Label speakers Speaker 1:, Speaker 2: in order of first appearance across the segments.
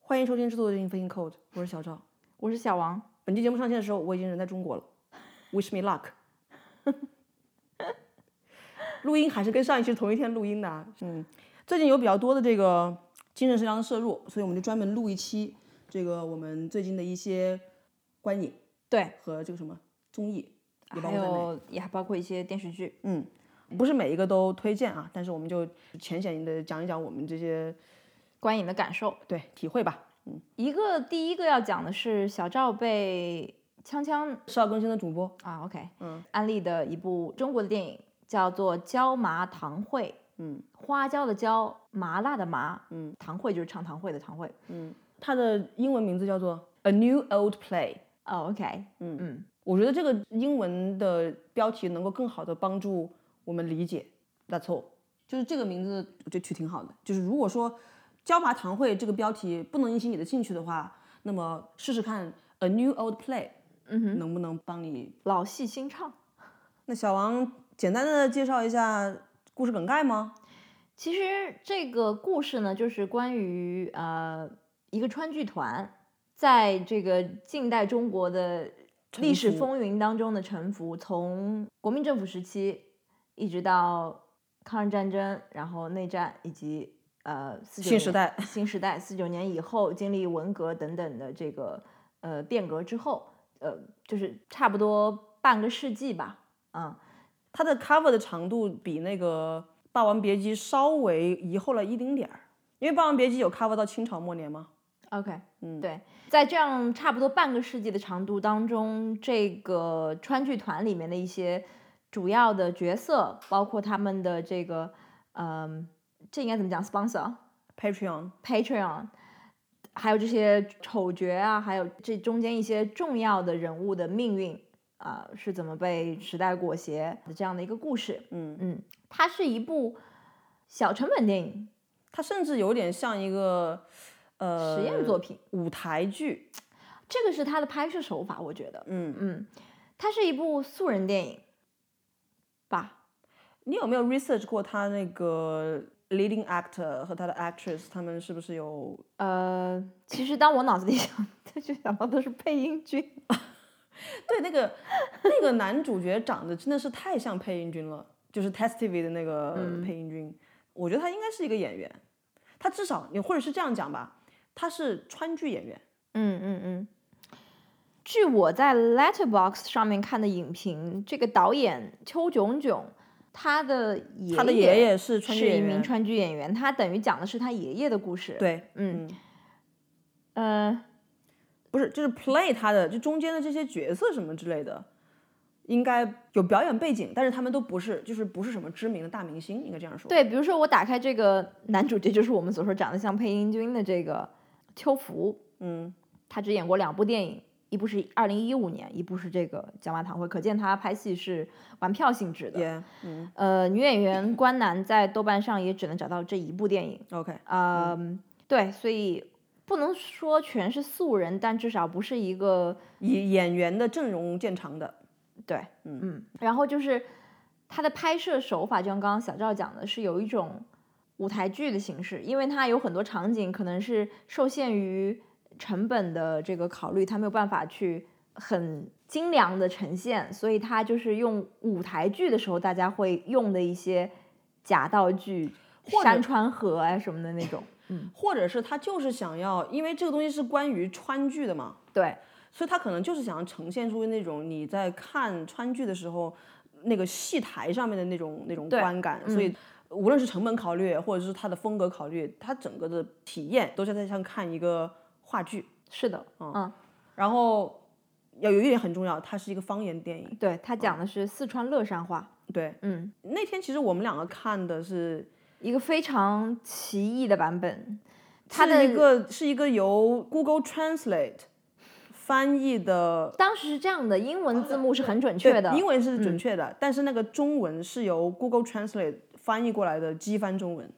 Speaker 1: 欢迎收听《制作的 Infinite Code》，我是小赵。
Speaker 2: 我是小王。
Speaker 1: 本期节目上线的时候，我已经人在中国了。Wish me luck。录音还是跟上一期同一天录音的啊。嗯，最近有比较多的这个精神食粮的摄入，所以我们就专门录一期这个我们最近的一些观影
Speaker 2: 对，
Speaker 1: 和这个什么综艺，也包
Speaker 2: 还
Speaker 1: 括在内。
Speaker 2: 有也还包括一些电视剧。
Speaker 1: 嗯，不是每一个都推荐啊，但是我们就浅显的讲一讲我们这些
Speaker 2: 观影的感受。
Speaker 1: 对体会吧。
Speaker 2: 一个第一个要讲的是小赵被锵锵
Speaker 1: 少更新的主播，
Speaker 2: 啊，OK，嗯，安利的一部中国的电影叫做《椒麻堂会》，
Speaker 1: 嗯，
Speaker 2: 花椒的椒，麻辣的麻，嗯，堂会就是唱堂会的堂会。
Speaker 1: 他嗯的英文名字叫做 A New Old Play。
Speaker 2: 哦，OK，嗯嗯，
Speaker 1: 我觉得这个英文的标题能够更好的帮助我们理解。That's all，就是这个名字我觉得取挺好的。就是如果说“椒麻堂会”这个标题不能引起你的兴趣的话，那么试试看 “A New Old Play”，嗯哼，能不能帮你？
Speaker 2: 老戏新唱。
Speaker 1: 那小王简单的介绍一下故事梗概吗？
Speaker 2: 其实这个故事呢，就是关于呃一个川剧团在这个近代中国的历史
Speaker 1: 服
Speaker 2: 风云当中的沉浮，从国民政府时期一直到抗日战争，然后内战以及呃49
Speaker 1: 新时
Speaker 2: 年
Speaker 1: 代
Speaker 2: 新时代四九年以后经历文革等等的这个呃变革之后，呃就是差不多半个世纪吧，嗯，
Speaker 1: 它的 cover 的长度比那个《霸王别姬》稍微移后了一丁点儿，因为《霸王别姬》有 cover 到清朝末年吗？
Speaker 2: OK，
Speaker 1: 嗯
Speaker 2: 对，在这样差不多半个世纪的长度当中，这个川剧团里面的一些主要的角色，包括他们的这个，嗯，这应该怎么讲？sponsor、
Speaker 1: Patreon，
Speaker 2: Patreon，还有这些丑角啊，还有这中间一些重要的人物的命运啊、是怎么被时代裹挟的这样的一个故事。
Speaker 1: 嗯，
Speaker 2: 嗯，它是一部小成本电影、
Speaker 1: 它甚至有点像一个呃
Speaker 2: 实验作品，
Speaker 1: 舞台剧，
Speaker 2: 这个是它的拍摄手法，我觉得。
Speaker 1: 嗯，
Speaker 2: 嗯，它是一部素人电影吧？
Speaker 1: 你有没有 research 过他那个 leading actor 和他的 actress 他们是不是有？
Speaker 2: 呃，其实当我脑子里 想，就想到都是配音君。
Speaker 1: 对，那个那个男主角长得真的是太像配音君了，就是 Test TV 的那个
Speaker 2: 嗯
Speaker 1: 配音君，我觉得他应该是一个演员，他至少你或者是这样讲吧，他是川剧演员，
Speaker 2: 嗯嗯嗯。据我在 Letterbox 上面看的影评，这个导演邱炯炯，他的爷
Speaker 1: 他的爷爷是川剧
Speaker 2: 是一
Speaker 1: 演员，
Speaker 2: 名川剧演员，他等于讲的是他爷爷的故事。，
Speaker 1: 对，
Speaker 2: 嗯，
Speaker 1: 嗯
Speaker 2: 呃，
Speaker 1: 不是，就是 play 他的，就中间的这些角色什么之类的，应该有表演背景，但是他们都不是，就是不是什么知名的大明星，应该这样说。，
Speaker 2: 对，比如说我打开这个男主角，就是我们所说长得像配音君的这个邱福，
Speaker 1: 嗯，
Speaker 2: 他只演过两部电影，一部是二零一五年，一部是这个《椒麻堂会》，可见他拍戏是玩票性质的。
Speaker 1: 也，嗯
Speaker 2: 呃，女演员关楠在豆瓣上也只能找到这一部电影。
Speaker 1: ，OK，
Speaker 2: 呃，对，所以不能说全是素人，但至少不是一个
Speaker 1: 以演员的阵容见长的，
Speaker 2: 对，
Speaker 1: 嗯
Speaker 2: 嗯，然后就是它的拍摄手法，就像刚刚小赵讲的，是有一种舞台剧的形式，因为它有很多场景可能是受限于成本的这个考虑，它没有办法去很精良的呈现，所以它就是用舞台剧的时候大家会用的一些假道具，
Speaker 1: 或者
Speaker 2: 山川河啊什么的那种， 嗯，
Speaker 1: 或者是他就是想要，因为这个东西是关于川剧的嘛，
Speaker 2: 对，
Speaker 1: 所以他可能就是想要呈现出那种你在看川剧的时候，那个戏台上面的那种那种
Speaker 2: 对嗯
Speaker 1: 观感。所以无论是成本考虑，或者是它的风格考虑，它整个的体验都是在像看一个话剧。
Speaker 2: 是的，嗯，
Speaker 1: 然后要有一点很重要，它是一个方言电影。
Speaker 2: 对，它讲的是四川乐山话，
Speaker 1: 对，
Speaker 2: 嗯。
Speaker 1: 那天其实我们两个看的是
Speaker 2: 一个非常奇异的版本，它的
Speaker 1: 是一个是一个由 Google Translate 翻译的
Speaker 2: 当时是这样的，英文字幕是很准确的，嗯
Speaker 1: 英文是准确的，但是那个中文是由 Google Translate 翻译过来的机翻中文。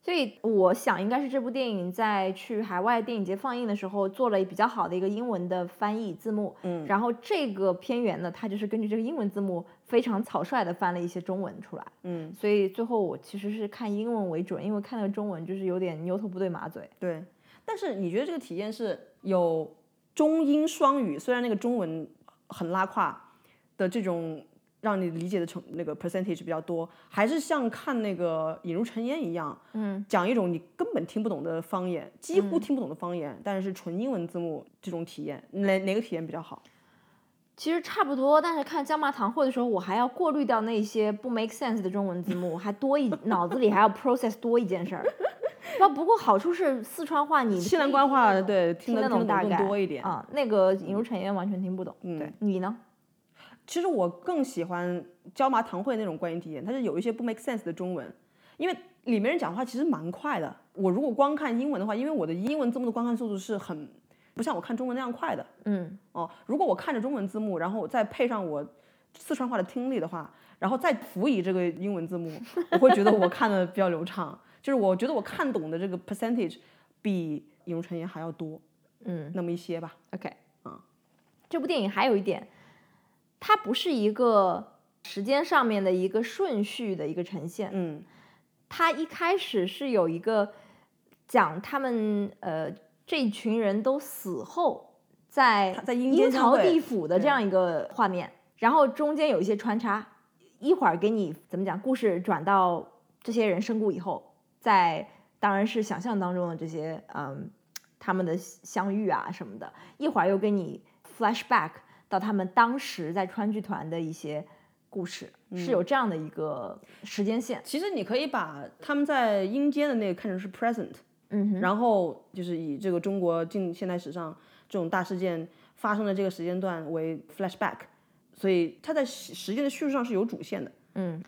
Speaker 2: 所以我想应该是这部电影在去海外电影节放映的时候做了比较好的一个英文的翻译字幕，嗯，然后这个片源呢，它就是根据这个英文字幕非常草率的翻了一些中文出来，
Speaker 1: 嗯，
Speaker 2: 所以最后我其实是看英文为准，因为看那个中文就是有点牛头不对马嘴，
Speaker 1: 对。但是你觉得这个体验是有中英双语，虽然那个中文很拉胯的这种让你理解的成那个 percentage 比较多，还是像看那个《引入尘烟》一样，嗯，讲一种你根本听不懂的方言，几乎听不懂的方言，但是纯英文字幕这种体验，哪哪个体验比较好？
Speaker 2: 其实差不多，但是看江麻堂会的时候，我还要过滤掉那些不 make sense 的中文字幕，还多一脑子里还要 process 多一件事儿。那不过好处是四川话你
Speaker 1: 西南官话对听
Speaker 2: 听
Speaker 1: 得
Speaker 2: 得
Speaker 1: 听
Speaker 2: 懂
Speaker 1: 得
Speaker 2: 大
Speaker 1: 懂嗯
Speaker 2: 概
Speaker 1: 更多一点。嗯
Speaker 2: 啊，那个引入尘烟完全听不懂。对你呢？
Speaker 1: 其实我更喜欢椒麻堂会那种观影体验，它是有一些不 make sense 的中文，因为里面人讲话其实蛮快的。我如果光看英文的话，因为我的英文字幕的观看速度是很不像我看中文那样快的
Speaker 2: 嗯，
Speaker 1: 哦。如果我看着中文字幕，然后我再配上我四川话的听力的话，然后再辅以这个英文字幕，我会觉得我看的比较流畅。就是我觉得我看懂的这个 percentage 比《引入尘烟》还要多，
Speaker 2: 嗯，
Speaker 1: 那么一些吧。
Speaker 2: OK，嗯，这部电影还有一点，它不是一个时间上面的一个顺序的一个呈现，
Speaker 1: 嗯
Speaker 2: 它一开始是有一个讲他们呃这一群人都死后在
Speaker 1: 他在阴
Speaker 2: 阴
Speaker 1: 间相
Speaker 2: 曹
Speaker 1: 会
Speaker 2: 地府的这样一个画面，然后中间有一些穿插，一会儿给你怎么讲，故事转到这些人身故以后，在当然是想象当中的这些嗯他们的相遇啊什么的，一会儿又给你 flashback 到他们当时在川剧团的一些故事，
Speaker 1: 嗯
Speaker 2: 是有这样的一个时间线。
Speaker 1: 其实你可以把他们在阴间的那个看成是 present，
Speaker 2: 嗯哼，
Speaker 1: 然后就是以这个中国近现代史上这种大事件发生的这个时间段为 flashback，所以它在时时间的叙述上是有主线的。
Speaker 2: 嗯，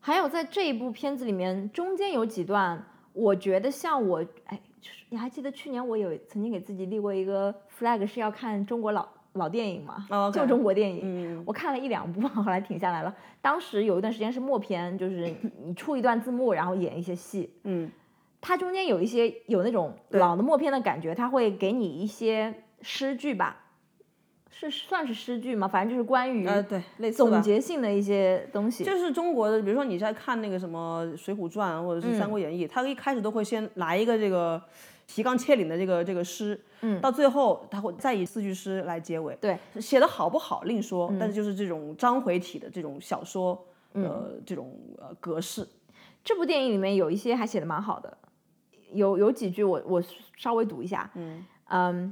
Speaker 2: 还有在这一部片子里面，中间有几段，我觉得像我，哎，就是你还记得去年我有曾经给自己立过一个 flag，是要看中国老老电影嘛，
Speaker 1: 哦，OK
Speaker 2: 旧中国电影。
Speaker 1: 嗯，
Speaker 2: 我看了一两部， 后来停下来了。当时有一段时间是默片，就是你出一段字幕，然后演一些戏。
Speaker 1: 嗯，
Speaker 2: 它中间有一些有那种老的默片的感觉，它会给你一些诗句吧，是算是诗句吗？反正就是关于
Speaker 1: 呃，对，类似吧
Speaker 2: 总。结性的一些东西。
Speaker 1: 就是中国的，比如说你在看那个什么《水浒传》或者是《
Speaker 2: 嗯
Speaker 1: 三国演义》，它一开始都会先来一个这个提纲挈领的这个这个诗，嗯，到最后它会再以四句诗来结尾。
Speaker 2: 对，嗯
Speaker 1: 写的好不好另说，但是就是这种章回体的这种小说，呃，这种呃格式，
Speaker 2: 这部电影里面有一些还写的蛮好的，有有几句我我稍微读一下。嗯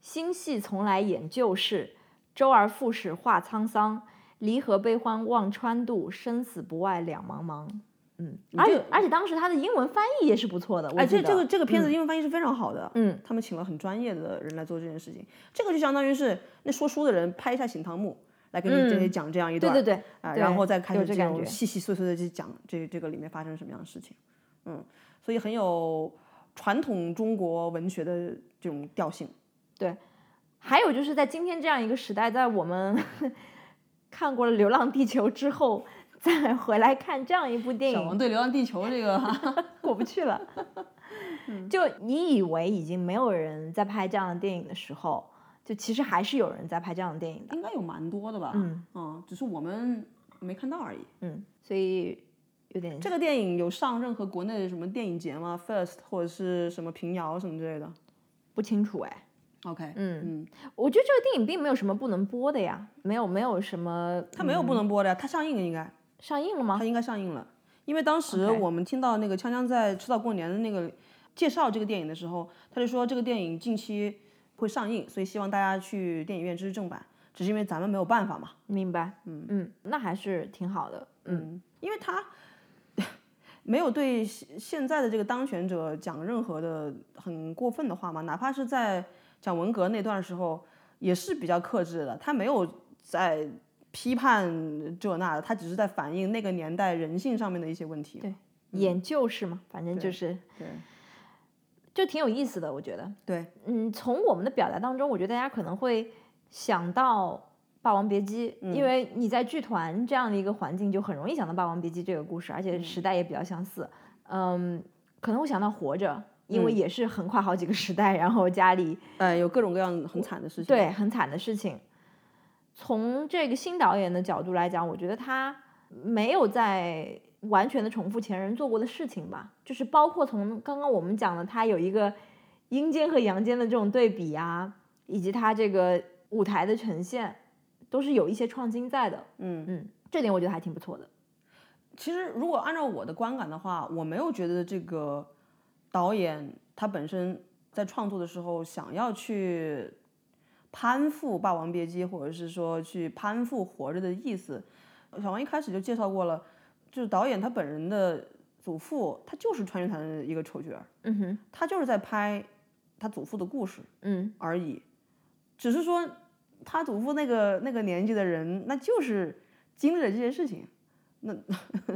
Speaker 2: 心系从来掩旧事，周而复始化沧桑。离合悲欢忘川渡，生死不外两茫茫。嗯，而
Speaker 1: 这
Speaker 2: 且而且当时他的英文翻译也是不错的，我
Speaker 1: 哎，
Speaker 2: 记
Speaker 1: 这
Speaker 2: 得
Speaker 1: 这个这个片子英文翻译是非常好的，
Speaker 2: 嗯，
Speaker 1: 他们请了很专业的人来做这件事情，这个就相当于是那说书的人拍一下醒堂木，来给你这些讲这样一
Speaker 2: 嗯对
Speaker 1: 段，
Speaker 2: 对对，
Speaker 1: 啊、
Speaker 2: 对
Speaker 1: 然后再开
Speaker 2: 有
Speaker 1: 始
Speaker 2: 这
Speaker 1: 这
Speaker 2: 感
Speaker 1: 种
Speaker 2: 觉
Speaker 1: 细细碎碎的去讲这这个里面发生什么样的事情，嗯，所以很有传统中国文学的这种调性，
Speaker 2: 还有就是在今天这样一个时代，在我们 看过了《流浪地球》之后，再回来看这样一部电影，
Speaker 1: 对《流浪地球》这个
Speaker 2: 过不去 了。嗯就你以为已经没有人在拍这样的电影的时候，就其实还是有人在拍这样的电影的。
Speaker 1: 应该有蛮多的吧，
Speaker 2: 嗯
Speaker 1: 只是我们没看到而已。
Speaker 2: 嗯，所以有点
Speaker 1: 这个电影有上任何国内的什么电影节吗？First 或者是什么平遥什么之类的
Speaker 2: 不清楚哎。
Speaker 1: ？OK，
Speaker 2: 嗯
Speaker 1: 嗯，
Speaker 2: 我觉得这个电影并没有什么不能播的呀，没有没有什么
Speaker 1: 它没有不能播的呀，它上映了应该，
Speaker 2: 上映了吗
Speaker 1: 它？应该上映了。因为当时
Speaker 2: OK
Speaker 1: 我们听到那个锵锵在迟早过年的那个介绍这个电影的时候，他就说这个电影近期会上映，所以希望大家去电影院支持正版。只是因为咱们没有办法嘛，
Speaker 2: 明白。嗯嗯，那还是挺好的。嗯，
Speaker 1: 嗯，因为他没有对现现在的这个当权者讲任何的很过分的话嘛，哪怕是在讲文革那段时候，也是比较克制的，他没有在批判这那的，他只是在反映那个年代人性上面的一些问题。对
Speaker 2: 演就是嘛，反正就是
Speaker 1: 嗯对
Speaker 2: 就挺有意思的，我觉得。
Speaker 1: 对，
Speaker 2: 嗯，从我们的表达当中，我觉得大家可能会想到《霸王别姬》
Speaker 1: 嗯
Speaker 2: 因为你在剧团这样的一个环境，就很容易想到《霸王别姬》这个故事，而且
Speaker 1: 嗯
Speaker 2: 时代也比较相似。嗯，可能会想到《活着》，因为
Speaker 1: 嗯
Speaker 2: 也是横跨好几个时代，然后家里
Speaker 1: 呃，有各种各样很惨的事情。
Speaker 2: 对很惨的事情。从这个新导演的角度来讲，我觉得他没有在完全的重复前人做过的事情吧，就是包括从刚刚我们讲的，他有一个。阴间和阳间的这种对比啊，以及它这个舞台的呈现，都是有一些创新在的。
Speaker 1: 嗯
Speaker 2: 嗯，这点我觉得还挺不错的。
Speaker 1: 其实如果按照我的观感的话，我没有觉得这个导演他本身在创作的时候想要去攀附《霸王别姬》，或者是说去攀附《活着》的意思。小王一开始就介绍过了，就是导演他本人的祖父，他就是穿越团的一个丑角儿，
Speaker 2: 嗯哼，
Speaker 1: 他就是在拍他祖父的故事。
Speaker 2: 嗯
Speaker 1: 而已，只是说他祖父那个那个年纪的人，那就是经历了这些事情，那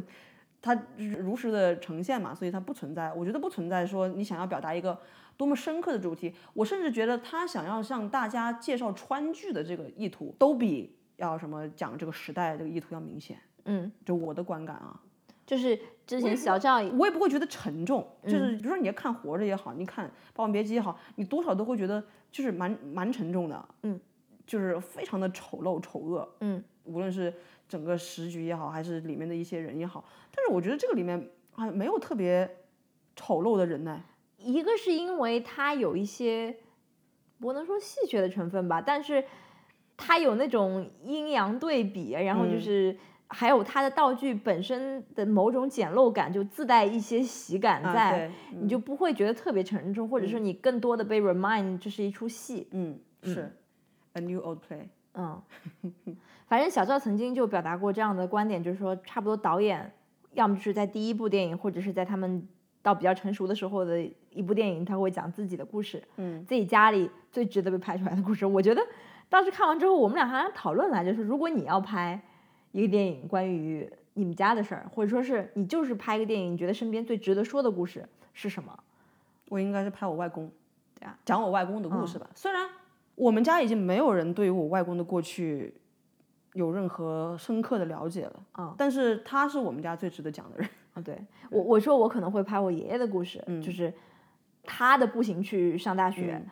Speaker 1: 他如实的呈现嘛，所以它不存在。我觉得不存在说你想要表达一个多么深刻的主题，我甚至觉得他想要向大家介绍川剧的这个意图，都比要什么讲这个时代这个意图要明显。
Speaker 2: 嗯，
Speaker 1: 就我的观感啊，
Speaker 2: 就是之前小赵
Speaker 1: 我也不会觉得沉重，
Speaker 2: 嗯
Speaker 1: 就是比如说你要看《活着》也好，你看《霸王别姬》也好，你多少都会觉得就是蛮蛮沉重的，
Speaker 2: 嗯，
Speaker 1: 就是非常的丑陋丑恶，
Speaker 2: 嗯，
Speaker 1: 无论是整个时局也好，还是里面的一些人也好，但是我觉得这个里面啊没有特别丑陋的人呢，
Speaker 2: 一个是因为它有一些不能说戏谑的成分吧，但是它有那种阴阳对比，然后就
Speaker 1: 嗯
Speaker 2: 是、还有它的道具本身的某种简陋感，就自带一些喜感
Speaker 1: 啊
Speaker 2: 在，
Speaker 1: 对
Speaker 2: 你就不会觉得特别沉重，或者说你更多的被 remind 这是一出戏。
Speaker 1: 嗯是 a new old play，
Speaker 2: 嗯，反正小赵曾经就表达过这样的观点，就是说差不多导演要么就是在第一部电影，或者是在他们到比较成熟的时候的一部电影，他会讲自己的故事。
Speaker 1: 嗯
Speaker 2: 自己家里最值得被拍出来的故事。我觉得当时看完之后，我们俩还讨论来着，就是如果你要拍一个电影关于你们家的事儿，或者说是你就是拍一个电影，你觉得身边最值得说的故事是什么？
Speaker 1: 我应该是拍我外公，
Speaker 2: 对啊，
Speaker 1: 讲我外公的故事吧。虽然我们家已经没有人对于我外公的过去有任何深刻的了解了，
Speaker 2: 嗯
Speaker 1: 但是他是我们家最值得讲 的人。
Speaker 2: 啊，对我我说我可能会拍我爷爷的故事，就是他的步行去上大学，
Speaker 1: 嗯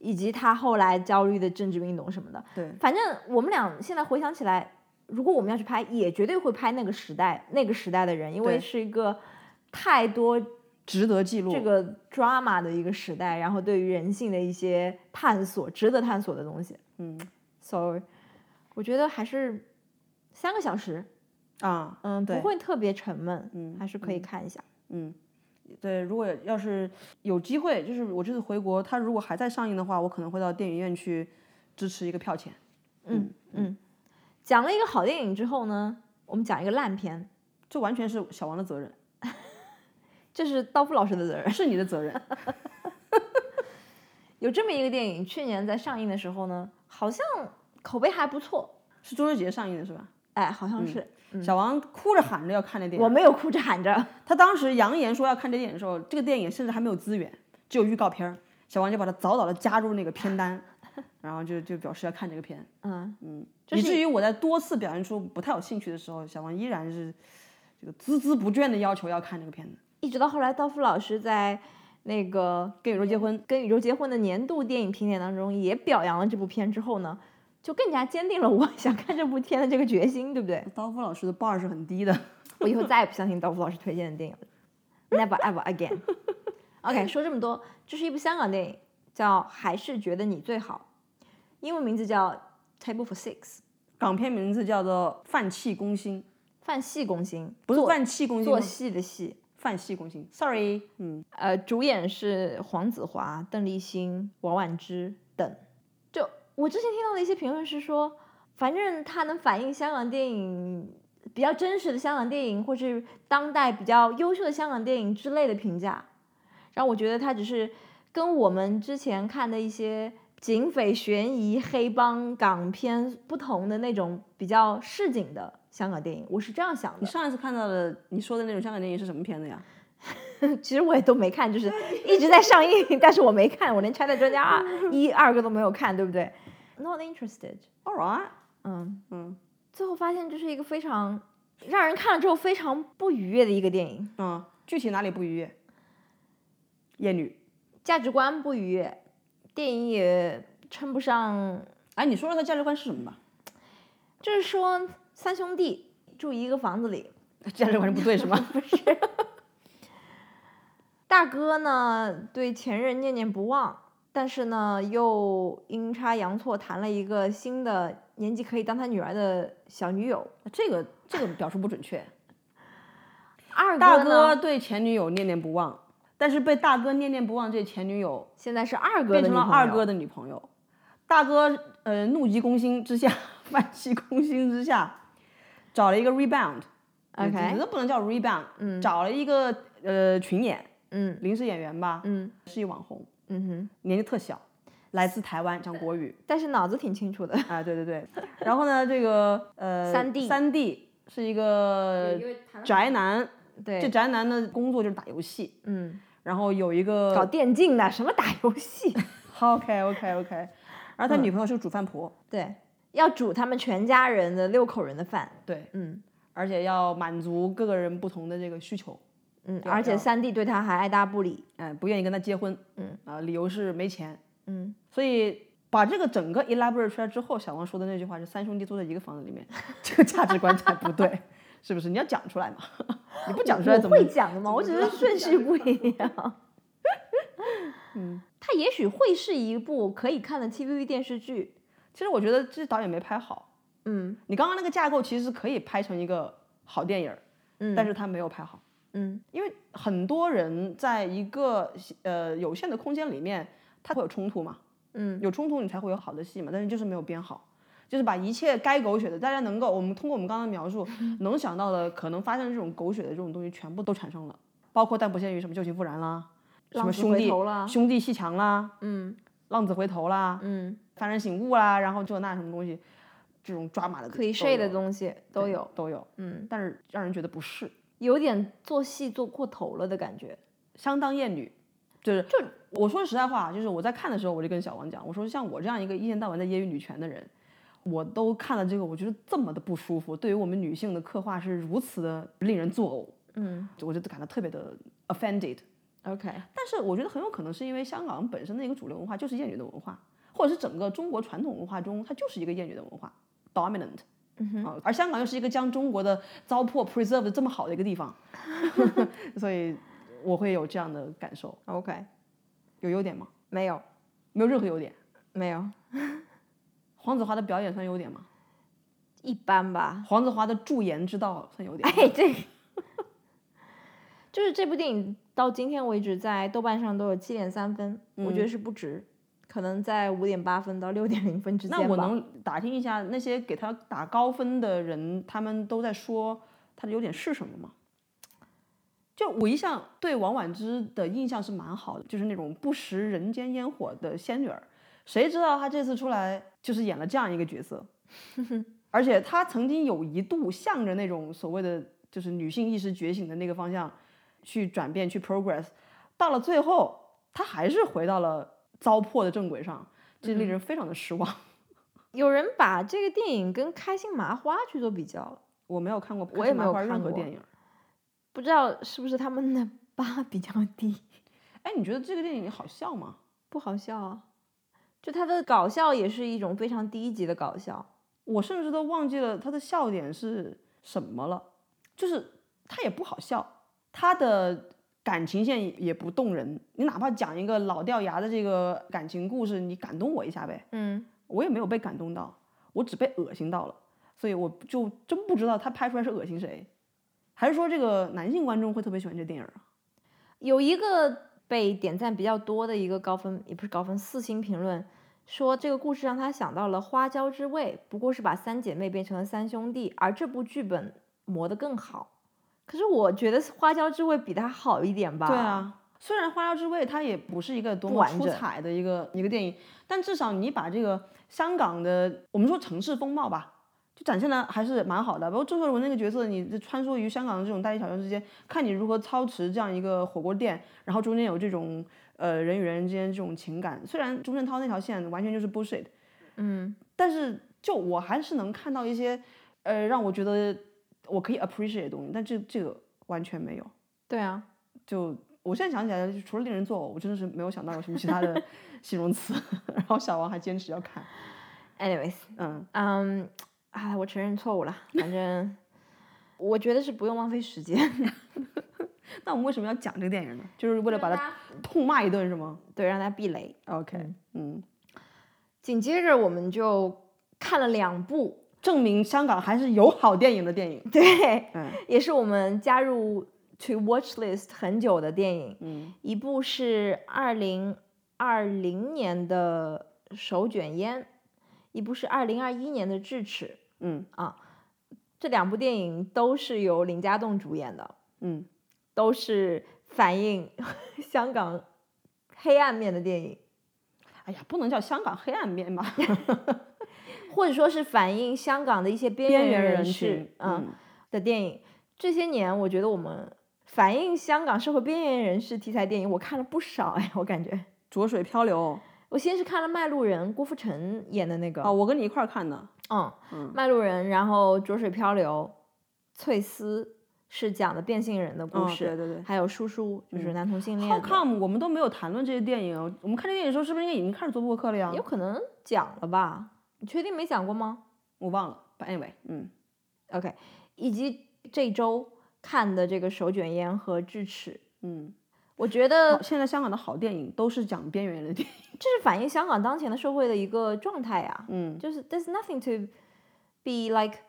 Speaker 2: 以及他后来焦虑的政治运动什么的。
Speaker 1: 对，
Speaker 2: 反正我们俩现在回想起来，如果我们要去拍，也绝对会拍那个时代那个时代的人，因为
Speaker 1: 对
Speaker 2: 是一个太多
Speaker 1: 值得记录。
Speaker 2: 这个 drama 的一个时代，然后对于人性的一些探索，值得探索的东西。
Speaker 1: 嗯
Speaker 2: So，我觉得还是三个小时，
Speaker 1: 啊，
Speaker 2: 嗯，不
Speaker 1: 对
Speaker 2: 会特别沉闷，
Speaker 1: 嗯
Speaker 2: 还是可以看一下。
Speaker 1: 嗯，对，如果要是有机会，就是我这次回国，他如果还在上映的话，我可能会到电影院去支持一个票钱。
Speaker 2: 嗯嗯，讲了一个好电影之后呢，我们讲一个烂片，
Speaker 1: 这完全是小王的责任，
Speaker 2: 这是刀夫老师的责任。
Speaker 1: 是你的责任。
Speaker 2: 有这么一个电影，去年在上映的时候呢，好像口碑还不错，
Speaker 1: 是中秋节上映的是吧？
Speaker 2: 哎，好像是。
Speaker 1: 小王哭着喊着要看这电影，
Speaker 2: 我没有哭着喊着，
Speaker 1: 他当时扬言说要看这电影的时候，这个电影甚至还没有资源，只有预告片儿。小王就把它早早的加入那个片单， 然后就就表示要看这个片，
Speaker 2: 嗯，这
Speaker 1: 以
Speaker 2: 是
Speaker 1: 至于我在多次表现出不太有兴趣的时候，小王依然是这个孜孜不倦的要求要看这个片子。
Speaker 2: 一直到后来刀夫老师在那个
Speaker 1: 跟宇宙结婚，
Speaker 2: 跟宇宙结婚的年度电影评点当中也表扬了这部片之后呢，就更加坚定了我想看这部片的这个决心，对不对？
Speaker 1: 刀夫老师的 bar 是很低的。
Speaker 2: 我以后再也不相信刀夫老师推荐的电影了，never ever again。OK，说这么多，这是一部香港电影，叫《还是觉得你最好》，英文名字叫《Table for Six》，
Speaker 1: 港片名字叫做《泛气攻心》，
Speaker 2: 泛戏攻心，
Speaker 1: 不是
Speaker 2: 做
Speaker 1: 泛气攻心
Speaker 2: 做
Speaker 1: 吗，
Speaker 2: 戏的戏。
Speaker 1: 泛气攻心。Sorry，嗯，
Speaker 2: 呃，主演是黄子华、邓丽欣、王婉之等。就我之前听到的一些评论是说，反正它能反映香港电影比较真实的香港电影，或是当代比较优秀的香港电影之类的评价。然后我觉得它只是跟我们之前看的一些警匪悬疑、黑帮港片不同的那种比较市井的香港电影，我是这样想的
Speaker 1: 你。上一次看到的你说的那种香港电影是什么片子呀？
Speaker 2: 其实我也都没看，就是一 直在上映，但是我没看，我连《拆弹专家 二》一、二个都没有看，对不对？Not interested。
Speaker 1: a l right，
Speaker 2: 嗯，
Speaker 1: 嗯
Speaker 2: 最后发现这是一个非常让人看了之后非常不愉悦的一个电影，
Speaker 1: 嗯，具体哪里不愉悦？艳女。
Speaker 2: 价值观不愉悦，电影也称不上。
Speaker 1: 哎，你说说他价值观是什 么吧？
Speaker 2: 就是说，三兄弟住一个房子里，
Speaker 1: 价值观是不对是吗？
Speaker 2: 不是。大哥呢对前任念念不忘，但是呢又阴差阳错谈了一个新的年纪可以当他女儿的小女友。
Speaker 1: 这个这个表述不准确。
Speaker 2: 二哥
Speaker 1: 大
Speaker 2: 呢
Speaker 1: 哥对前女友念念不忘，但是被大哥念念不忘这前女友
Speaker 2: 现在是二哥的
Speaker 1: 变成了
Speaker 2: 女朋友
Speaker 1: 二哥的女朋友。大哥呃怒急攻心之下， 反其攻心之下，找了一个 rebound，
Speaker 2: OK
Speaker 1: 嗯这都不能叫 rebound，
Speaker 2: 嗯
Speaker 1: 找了一个呃群演
Speaker 2: 嗯
Speaker 1: 临时演员吧，
Speaker 2: 嗯
Speaker 1: 是一网红，
Speaker 2: 嗯哼，
Speaker 1: 年纪特小，来自台湾，讲国 语。
Speaker 2: 但是脑子挺清楚的。
Speaker 1: 啊，对对对。然后呢，这个呃，
Speaker 2: 三弟
Speaker 1: 三呃弟是一个宅男，这
Speaker 2: 对，
Speaker 1: 宅男的工作就是打游戏，
Speaker 2: 嗯，
Speaker 1: 然后有一个
Speaker 2: 搞电竞的，什么打游戏？
Speaker 1: OK OK OK，然后他女朋友是个煮饭婆，
Speaker 2: 对，要煮他们全家人的六口人的饭。
Speaker 1: 对，
Speaker 2: 嗯
Speaker 1: 而且要满足各个人不同的这个需求，
Speaker 2: 嗯，
Speaker 1: 对
Speaker 2: 而且
Speaker 1: 要
Speaker 2: 三弟对他还爱答不理。
Speaker 1: 哎，不愿意跟他结婚，
Speaker 2: 嗯
Speaker 1: 啊、理由是没钱，
Speaker 2: 嗯，
Speaker 1: 所以。把这个整个 elaborate 出来之后，小王说的那句话是“三兄弟住在一个房子里面”，这个价值观才不 对，是不是？你要讲出来嘛， 你不讲出来
Speaker 2: 我
Speaker 1: 怎么？
Speaker 2: 会讲的嘛，我
Speaker 1: 怎
Speaker 2: 只
Speaker 1: 么知
Speaker 2: 是
Speaker 1: 道
Speaker 2: 顺序不一样。 嗯，它也许会是一部可以看的 TVB 电视剧。
Speaker 1: 其实我觉得这导演没拍好，
Speaker 2: 嗯
Speaker 1: 你刚刚那个架构其实可以拍成一个好电影儿，
Speaker 2: 嗯
Speaker 1: 但是他没有拍好，
Speaker 2: 嗯
Speaker 1: 因为很多人在一个呃有限的空间里面，他会有冲突嘛，
Speaker 2: 嗯
Speaker 1: 有冲突你才会有好的戏嘛，但是就是没有编好，就是把一切该狗血的，大家能够我们通过我们刚刚的描 述，能想到的可能发生这种狗血的这种东西全部都产生了，包括但不限于什么旧情复燃啦，什
Speaker 2: 浪
Speaker 1: 么
Speaker 2: 子
Speaker 1: 兄
Speaker 2: 回
Speaker 1: 弟
Speaker 2: 头啦
Speaker 1: 兄弟戏强啦，
Speaker 2: 嗯
Speaker 1: 浪子回头啦，
Speaker 2: 嗯，
Speaker 1: 幡然醒悟啦，然后这那什么东西，这种抓马的
Speaker 2: 可以 share 的
Speaker 1: 西
Speaker 2: 东西都有。
Speaker 1: 都有。
Speaker 2: 嗯，
Speaker 1: 但是让人觉得不适，
Speaker 2: 有点做戏做过头了的感觉。
Speaker 1: 相当厌女。就是就我说实在话，啊就是我在看的时候，我就跟小王讲，我说像我这样一个一天到晚在揶揄女权的人，我都看了这个，我觉得这么的不舒服。对于我们女性的刻画是如此的令人作呕，
Speaker 2: 嗯
Speaker 1: 我就感到特别的 offended。
Speaker 2: ，OK，
Speaker 1: 但是我觉得很有可能是因为香港本身的一个主流文化就是厌女的文化，或者是整个中国传统文化中，它就是一个厌女的文化 dominant。
Speaker 2: 嗯哼，
Speaker 1: 啊，而香港又是一个将中国的糟粕 preserve 得这么好的一个地 方，所以我会有这样的感受。
Speaker 2: OK，
Speaker 1: 有优点吗？
Speaker 2: 没有，
Speaker 1: 没有任何优点。
Speaker 2: 没有，
Speaker 1: 黄子华的表演算优点吗？
Speaker 2: 一般吧。
Speaker 1: 黄子华的驻颜之道算优点吗？
Speaker 2: 哎，这个就是这部电影到今天为止，在豆瓣上都有七点三分，我觉得是不值，可能在五点八分到六点零分之间
Speaker 1: 那我
Speaker 2: 吧。
Speaker 1: 能打听一下那些给他打高分的人，他们都在说他的优点是什么吗？就我一向对王婉之的印象是蛮好的，就是那种不食人间烟火的仙女儿。谁知道她这次出来就是演了这样一个角 色，而且她曾经有一度向着那种所谓的就是女性意识觉醒的那个方向去转变去 progress，到了最后她还是回到了糟粕的正轨上，这
Speaker 2: 嗯
Speaker 1: 令人非常的失望。
Speaker 2: 有人把这个电影跟《开心麻花》去做比较了，
Speaker 1: 我没有看过，
Speaker 2: 我也没有
Speaker 1: 任
Speaker 2: 看
Speaker 1: 何
Speaker 2: 过
Speaker 1: 电影。
Speaker 2: 不知道是不是他们的 八比较低，
Speaker 1: 哎，你觉得这个电影好笑吗？
Speaker 2: 不好笑啊。就它的搞笑也是一种非常低级的搞笑，
Speaker 1: 我甚至都忘记了它的笑点是什么了，就是它也不好笑，它的感情线也不动人。你哪怕讲一个老掉牙的这个感情故事，你感动我一下呗，
Speaker 2: 嗯，
Speaker 1: 我也没有被感动到，我只被恶心到了，所以我就真不知道他拍出来是恶心谁，还是说这个男性观众会特别喜欢这电影啊？
Speaker 2: 有一个被点赞比较多的一个高分，也不是高分，四星评论说这个故事让他想到了《花椒之味》，不过是把三姐妹变成了三兄弟，而这部剧本磨得更好。可是我觉得《花椒之味》比它好一点吧。
Speaker 1: 对，啊，虽然《花椒之味》它也不是一个多
Speaker 2: 不
Speaker 1: 么
Speaker 2: 完
Speaker 1: 出
Speaker 2: 整
Speaker 1: 彩的一个一个电影，但至少你把这个香港的我们说城市风貌吧，就展现的还是蛮好的。包括郑秀文那个角色，你这穿梭于香港的这种大街小巷之间，看你如何操持这样一个火锅店，然后中间有这种呃人与人之间这种情感。虽然钟镇涛那条线完全就是 bullshit，
Speaker 2: 嗯
Speaker 1: 但是就我还是能看到一些呃让我觉得我可以 appreciate 的东西，但这这个完全没有。
Speaker 2: 对啊，
Speaker 1: 就我现在想起来，就除了令人作呕，我真的是没有想到有什么其他的 形容词。然后小王还坚持要看，
Speaker 2: anyways，
Speaker 1: 嗯，
Speaker 2: 嗯，哎，我承认错误了，反正我觉得是不用浪费时间。
Speaker 1: 那我们为什么要讲这个电影呢？就是为了把它
Speaker 2: 它
Speaker 1: 痛骂一顿是吗
Speaker 2: 对让它避雷。
Speaker 1: ？OK，嗯，
Speaker 2: 紧接着我们就看了两部，
Speaker 1: 证明香港还是有好电影的电影。
Speaker 2: 对，
Speaker 1: 嗯
Speaker 2: 也是我们加入 to watch list 很久的电影，
Speaker 1: 嗯
Speaker 2: 一部是二零二零年的《手卷烟》，一部是二零二一年的《智齿
Speaker 1: 嗯》
Speaker 2: 啊，这两部电影都是由林家栋主演的，
Speaker 1: 嗯，
Speaker 2: 都是反映 香港黑暗面的电影，
Speaker 1: 哎呀，不能叫香港黑暗面 吧？
Speaker 2: 或者说是反映香港的一些边
Speaker 1: 边
Speaker 2: 缘
Speaker 1: 缘
Speaker 2: 人
Speaker 1: 人嗯
Speaker 2: 士
Speaker 1: 群，，
Speaker 2: 啊的电影。这些年，我觉得我们反映香港社会边缘人士题材电影，我看了不少哎，我感觉。
Speaker 1: 浊水漂流
Speaker 2: 我先是看了《卖路人》，郭富城演的那个，
Speaker 1: 啊，我跟你一块儿看的。
Speaker 2: 嗯，
Speaker 1: 嗯
Speaker 2: 卖路人》，然后《浊水漂流》，翠丝是讲的变性人的故
Speaker 1: 嗯
Speaker 2: 事，
Speaker 1: 对对对嗯
Speaker 2: 还有叔叔就是男同性恋
Speaker 1: 好
Speaker 2: 的，
Speaker 1: 看，我们都没有谈论这些电影。我们看这电影的时候，是不是应该已经开始做播客了呀
Speaker 2: 有？可能讲了吧？你确定没讲过吗
Speaker 1: 我忘了。But anyway，嗯
Speaker 2: ？OK，以及这周看的这个《手卷烟》和《智齿》，
Speaker 1: 嗯，
Speaker 2: 我觉得
Speaker 1: 好现在香港的好电影都是讲边缘人的电影。
Speaker 2: 这是反映香港当前的社会的一个状态呀、
Speaker 1: 嗯，
Speaker 2: 就是 there's nothing to be like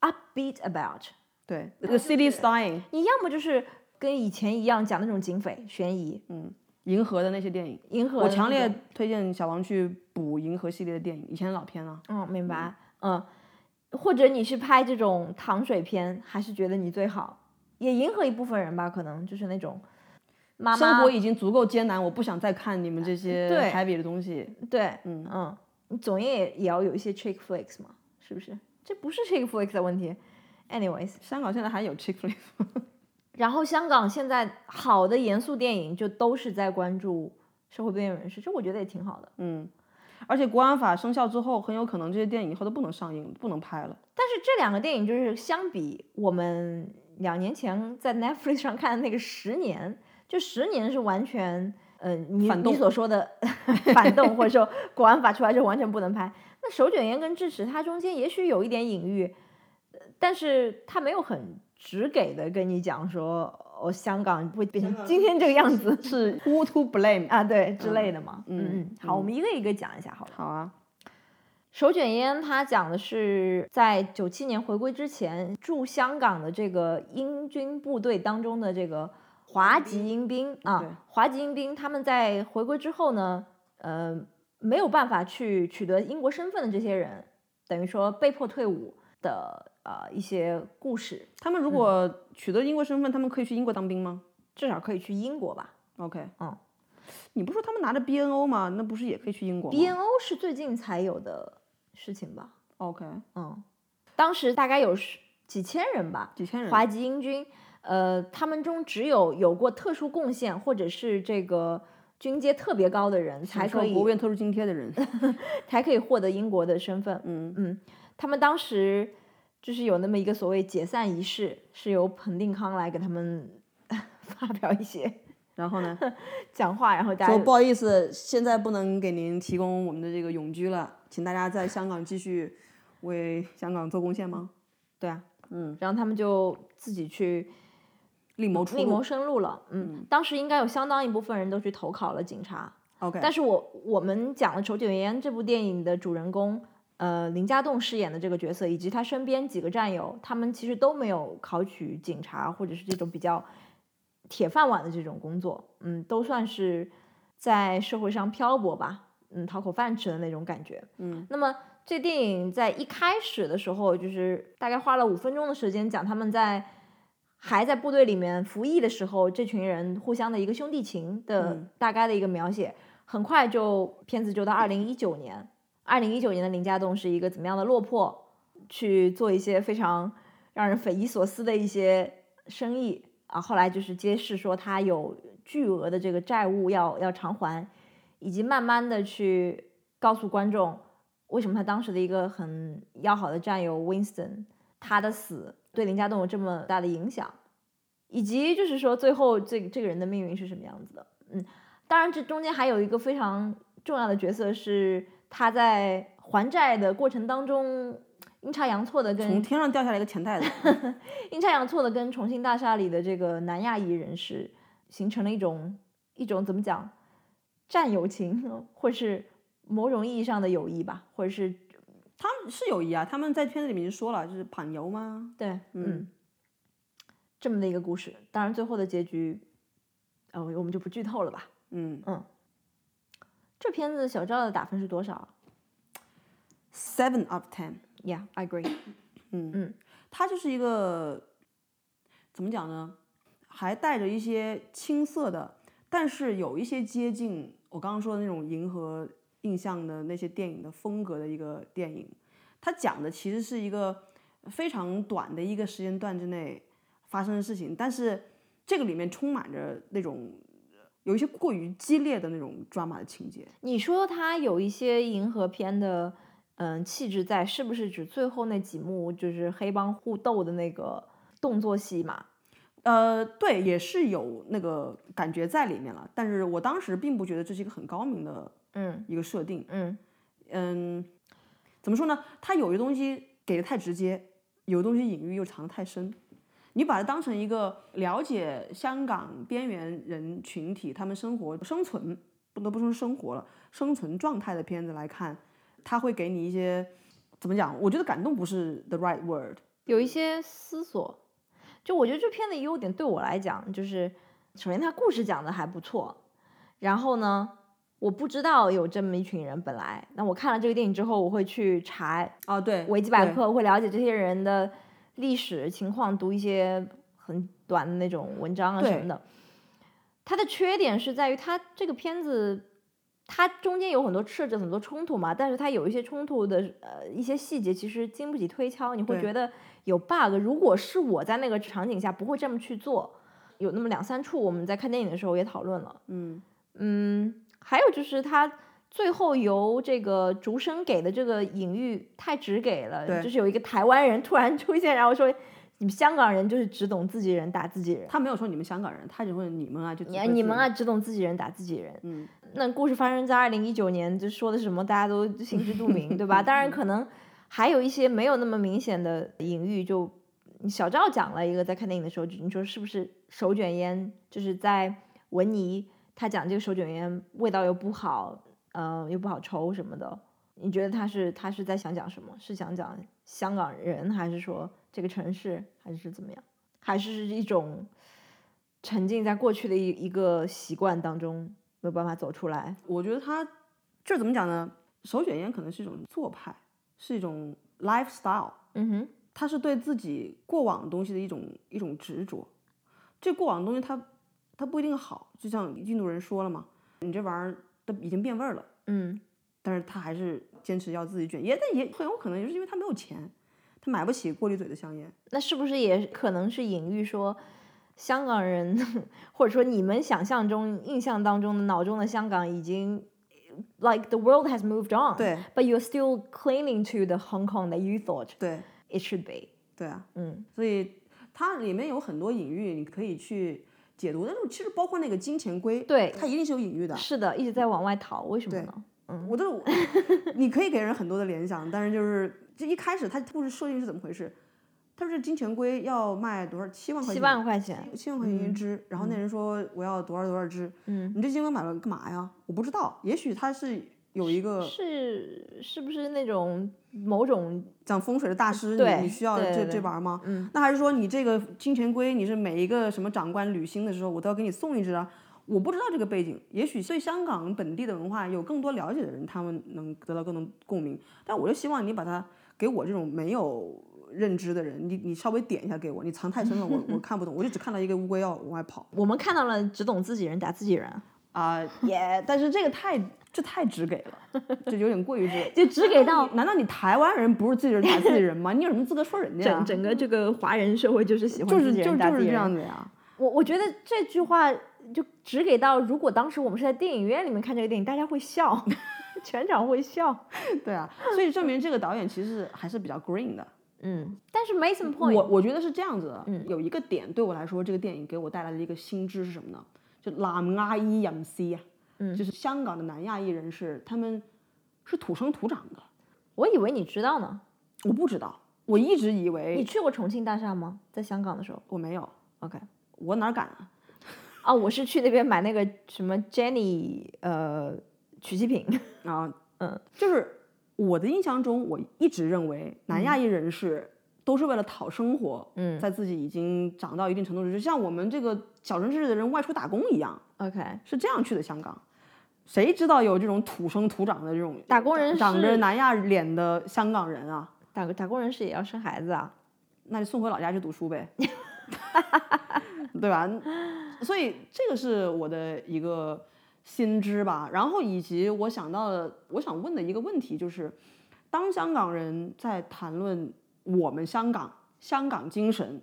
Speaker 2: upbeat about。
Speaker 1: 对，The City s t y l i n g
Speaker 2: 你要么就是跟以前一样讲那种警匪悬疑、
Speaker 1: 银河的那些电影，
Speaker 2: 银河，
Speaker 1: 我强烈推荐小王去补银河系列的电影，以前的老片啊。
Speaker 2: 嗯明白嗯，或者你是拍这种糖水片，还是觉得你最好，也迎合一部分人吧，可能就是那种妈
Speaker 1: 生
Speaker 2: 妈
Speaker 1: 活已经足够艰难，我不想再看你们这些
Speaker 2: 对
Speaker 1: heavy 的东西。
Speaker 2: 对
Speaker 1: 嗯
Speaker 2: 嗯，你总也也要有一些 chick flicks 嘛，是不是？这不是 chick flicks 的问题，anyways。
Speaker 1: 香港现在还有 chick flick
Speaker 2: 然后香港现在好的严肃电影就都是在关注社会边缘人士，这我觉得也挺好的。
Speaker 1: 嗯，而且国安法生效之后，很有可能这些电影以后都不能上映，不能拍了。
Speaker 2: 但是这两个电影就是相比我们两年前在 Netflix 上看的那个《十年》，就《十年》是完全，呃，你
Speaker 1: 反
Speaker 2: 你
Speaker 1: 动
Speaker 2: 所 说的反动，或者说国安法出来就完全不能拍。那《手卷烟》跟《智齿》，它中间也许有一点隐喻，呃但是它没有很直给的跟你讲说，哦，香港会变成今天这个样子。
Speaker 1: 是 Who to blame？
Speaker 2: 啊，对之类的嘛。
Speaker 1: 嗯
Speaker 2: 嗯，好，我们一个一个讲一下好了。
Speaker 1: 好啊，
Speaker 2: 手卷烟它讲的是在九七年回归之前驻香港的这个英军部队当中的这个华籍英兵
Speaker 1: 对
Speaker 2: 啊，华籍英兵他们在回归之后呢，呃，没有办法去取得英国身份的这些人，等于说被迫退伍的呃一些故事，
Speaker 1: 他们如
Speaker 2: 嗯
Speaker 1: 果取得英国身份，他们可以去英国当兵吗
Speaker 2: 至少可以去英国吧。
Speaker 1: ？OK，
Speaker 2: 嗯，
Speaker 1: 你不说他们拿着 BNO 吗？那不是也可以去
Speaker 2: 哦
Speaker 1: 英国吗
Speaker 2: BNO 是最近才有的事情吧？
Speaker 1: ？OK，
Speaker 2: 嗯，当时大概有十几千人吧，
Speaker 1: 几千人，
Speaker 2: 华籍英军，呃，他们中只有有过特殊贡献或者是这个军阶特别高的人才
Speaker 1: 享受
Speaker 2: 可以
Speaker 1: 国务院特殊津贴的人，
Speaker 2: 才可以获得英国的身份。
Speaker 1: 嗯，
Speaker 2: 嗯，他们当时就是有那么一个所谓解散仪式，是由彭定康来给他们 发表一些
Speaker 1: 然后 呢，
Speaker 2: 讲话，然后大家
Speaker 1: 说
Speaker 2: 就
Speaker 1: 不好意思，现在不能给您提供我们的这个永居了，请大家在香港继续为香港做贡献吗？
Speaker 2: 对啊，
Speaker 1: 嗯，
Speaker 2: 然后他们就自己去
Speaker 1: 另谋出
Speaker 2: 另谋
Speaker 1: 路。
Speaker 2: 生路了。嗯，当时应该有相当一部分人都去投考了警察。
Speaker 1: OK，
Speaker 2: 但是我我们讲了《丑九烟》这部电影的主人公，呃，林家栋饰演的这个角色，以及他身边几个战友，他们其实都没有考取警察或者是这种比较铁饭碗的这种工作，嗯，都算是在社会上漂泊吧，嗯，讨口饭吃的那种感觉。
Speaker 1: 嗯，
Speaker 2: 那么这电影在一开始的时候，就是大概花了五分钟的时间讲他们在。还在部队里面服役的时候，这群人互相的一个兄弟情的
Speaker 1: 嗯
Speaker 2: 大概的一个描写，很快就片子就到二零一九年，二零一九年的林家栋是一个怎么样的落魄，去做一些非常让人匪夷所思的一些生意啊。后来就是揭示说他有巨额的这个债务要要偿还，以及慢慢的去告诉观众为什么他当时的一个很要好的战友 Winston 他的死对林家栋有这么大的影响，以及就是说最后这这个人的命运是什么样子的。嗯，当然这中间还有一个非常重要的角色是他在还债的过程当中阴差阳错的
Speaker 1: 从
Speaker 2: 跟
Speaker 1: 天上掉下来一个钱袋子，
Speaker 2: 阴差阳错的跟重庆大厦里的这个南亚裔人士形成了一种一种怎么讲战友情，或是某种意义上的友谊吧，或者是
Speaker 1: 他们是友谊啊，他们在片子里面就说了，就是朋友嘛，
Speaker 2: 对，嗯，这么的一个故事。当然，最后的结局，呃，我们就不剧透了吧。
Speaker 1: 嗯，
Speaker 2: 这片子小赵的打分是多少
Speaker 1: ，seven of ten，
Speaker 2: ？Yeah, I agree 。
Speaker 1: 它就是一个怎么讲呢，还带着一些青涩的，但是有一些接近我刚刚说的那种银河印象的那些电影的风格的一个电影。它讲的其实是一个非常短的一个时间段之内发生的事情，但是这个里面充满着那种有一些过于激烈的那种 drama 的情节。
Speaker 2: 你说它有一些银河片的，嗯，气质在，是不是指最后那几幕就是黑帮互斗的那个动作戏嘛？
Speaker 1: 呃，对，也是有那个感觉在里面了，但是我当时并不觉得这是一个很高明的
Speaker 2: 嗯
Speaker 1: 一个设定。
Speaker 2: 嗯，
Speaker 1: 嗯，怎么说呢？它有的东西给的太直接，有的东西隐喻又藏得太深。你把它当成一个了解香港边缘人群体他们生活生存，不得不说生活了，生存状态的片子来看，它会给你一些怎么讲？我觉得感动不是 the right word。
Speaker 2: 有一些思索。就我觉得这片的优点对我来讲，就是首先它故事讲的还不错，然后呢，我不知道有这么一群人，本来那我看了这个电影之后，我会去查
Speaker 1: 啊，对，
Speaker 2: 哦维基百
Speaker 1: 对
Speaker 2: 科，会了解这些人的历史情况，读一些很短的那种文章啊什么的。它的缺点是在于它这个片子，它中间有很多设置很多冲突嘛，但是它有一些冲突的呃一些细节，其实经不起推敲，你会
Speaker 1: 对
Speaker 2: 觉得有 bug。如果是我在那个场景下，不会这么去做。有那么两三处，我们在看电影的时候也讨论了。
Speaker 1: 嗯，
Speaker 2: 嗯，还有就是他最后由这个竹生给的这个隐喻太直给了，
Speaker 1: 对
Speaker 2: 就是有一个台湾人突然出现，然后说你们香港人就是只懂自己人打自己人，
Speaker 1: 他没有说你们香港人，他只会你们啊，就只
Speaker 2: 你
Speaker 1: 会
Speaker 2: 你
Speaker 1: 自
Speaker 2: 们
Speaker 1: 己
Speaker 2: 啊，只懂自己人打自己人。
Speaker 1: 嗯，
Speaker 2: 那故事发生在二零一九年，就说的是什么大家都心知肚明，对吧？当然可能还有一些没有那么明显的隐喻，就小赵讲了一个在看电影的时候，你说是不是手卷烟？就是在文尼他讲这个手卷烟味道又不好，呃，又不好抽什么的。你觉得他是他是在想讲什么？是想讲香港人，还是说这个城市，还是怎么样？还是一种沉浸在过去的一一个习惯当中没有办法走出来。
Speaker 1: 我觉得他这怎么讲呢？手卷烟可能是一种做派，是一种 lifestyle，
Speaker 2: 嗯哼，
Speaker 1: 它是对自己过往的东西的一种一种执着。这过往的东西它它不一定好，就像印度人说了嘛，你这玩意儿都已经变味儿了，
Speaker 2: 嗯，
Speaker 1: 但是他还是坚持要自己卷，也但也很有可能就是因为他没有钱，他买不起过滤嘴的香烟。
Speaker 2: 那是不是也可能是隐喻说，香港人或者说你们想象中、印象当中的脑中的香港已经，like the world has moved on，
Speaker 1: 对
Speaker 2: ，but you're still clinging to the Hong Kong that you thought
Speaker 1: 对
Speaker 2: it should be。
Speaker 1: 对啊，
Speaker 2: 嗯
Speaker 1: 所以它里面有很多隐喻，你可以去解读。但是其实包括那个金钱龟，
Speaker 2: 对
Speaker 1: 它一定是有隐喻的。
Speaker 2: 是的，一直在往外逃，为什么
Speaker 1: 对
Speaker 2: 呢？
Speaker 1: 我都， 你可以给人很多的联想，但是就是就一开始他故事设定是怎么回事？他说这金钱龟要卖多少？七万块
Speaker 2: 七
Speaker 1: 钱，
Speaker 2: 万嗯块钱，
Speaker 1: 七万块钱一只。然后那人说我要多少多少只。嗯，你这金龟买了干嘛呀？我不知道，也许他是有一个
Speaker 2: 是是不是那种某种
Speaker 1: 讲风水的大师，
Speaker 2: 对
Speaker 1: 你你需要
Speaker 2: 对
Speaker 1: 这
Speaker 2: 对
Speaker 1: 这玩意儿吗？嗯，那还是说你这个金钱龟，你是每一个什么长官履新的时候，我都要给你送一只啊？我不知道这个背景，也许对香港本地的文化有更多了解的人，他们能得到更多共鸣。但我就希望你把它给我这种没有认知的人，你你稍微点一下给我，你藏太深了，我我看不懂，我就只看到一个乌龟要往外跑
Speaker 2: 我们看到了只懂自己人打自己人，
Speaker 1: 啊，也、但是这个太这太直给了，这有点过于直给。
Speaker 2: 就只给到
Speaker 1: 你难道你台湾人不是自己人打自己人吗？你有什么资格说人家、啊？
Speaker 2: 整整个这个华人社会就是喜欢
Speaker 1: 就是
Speaker 2: 自己
Speaker 1: 就
Speaker 2: 人
Speaker 1: 是
Speaker 2: 打
Speaker 1: 就
Speaker 2: 自
Speaker 1: 是
Speaker 2: 己
Speaker 1: 这
Speaker 2: 人。
Speaker 1: 样子呀。
Speaker 2: 我我觉得这句话就只给到，如果当时我们是在电影院里面看这个电影，大家会笑， 全场会笑。
Speaker 1: 对啊，所以证明这个导演其实还是比较 green 的。
Speaker 2: 嗯，但是没什么 point。
Speaker 1: 我我觉得是这样子的，有一个点对我来说，这个电影给我带来的一个新知是什么呢？就南亚裔人士啊，嗯，就是香港的南亚裔人士，他们是土生土长的。
Speaker 2: 我以为你知道呢。
Speaker 1: 我不知道，我一直以
Speaker 2: 你
Speaker 1: 为
Speaker 2: 去过重庆大厦吗？在香港的时候
Speaker 1: 我没有，
Speaker 2: ？OK，
Speaker 1: 我哪敢啊？
Speaker 2: 啊、我是去那边买那个什么 Jenny 呃曲奇饼，
Speaker 1: 啊，
Speaker 2: 嗯，
Speaker 1: 就是我的印象中，我一直认为南亚裔人士都是为了讨生活，
Speaker 2: 嗯
Speaker 1: 在自己已经长到一定程度时，就像我们这个小城市的人外出打工一样，
Speaker 2: ，OK，
Speaker 1: 是这样去的香港。谁知道有这种土生土长的这种
Speaker 2: 打工人
Speaker 1: 长着
Speaker 2: 是
Speaker 1: 南亚脸的香港人啊？
Speaker 2: 打打工人是也要生孩子啊，
Speaker 1: 那就送回老家去读书呗，对吧？所以这个是我的一个新知吧。然后以及我想到了，我想问的一个问题就是，当香港人在谈论我们香港、香港精神、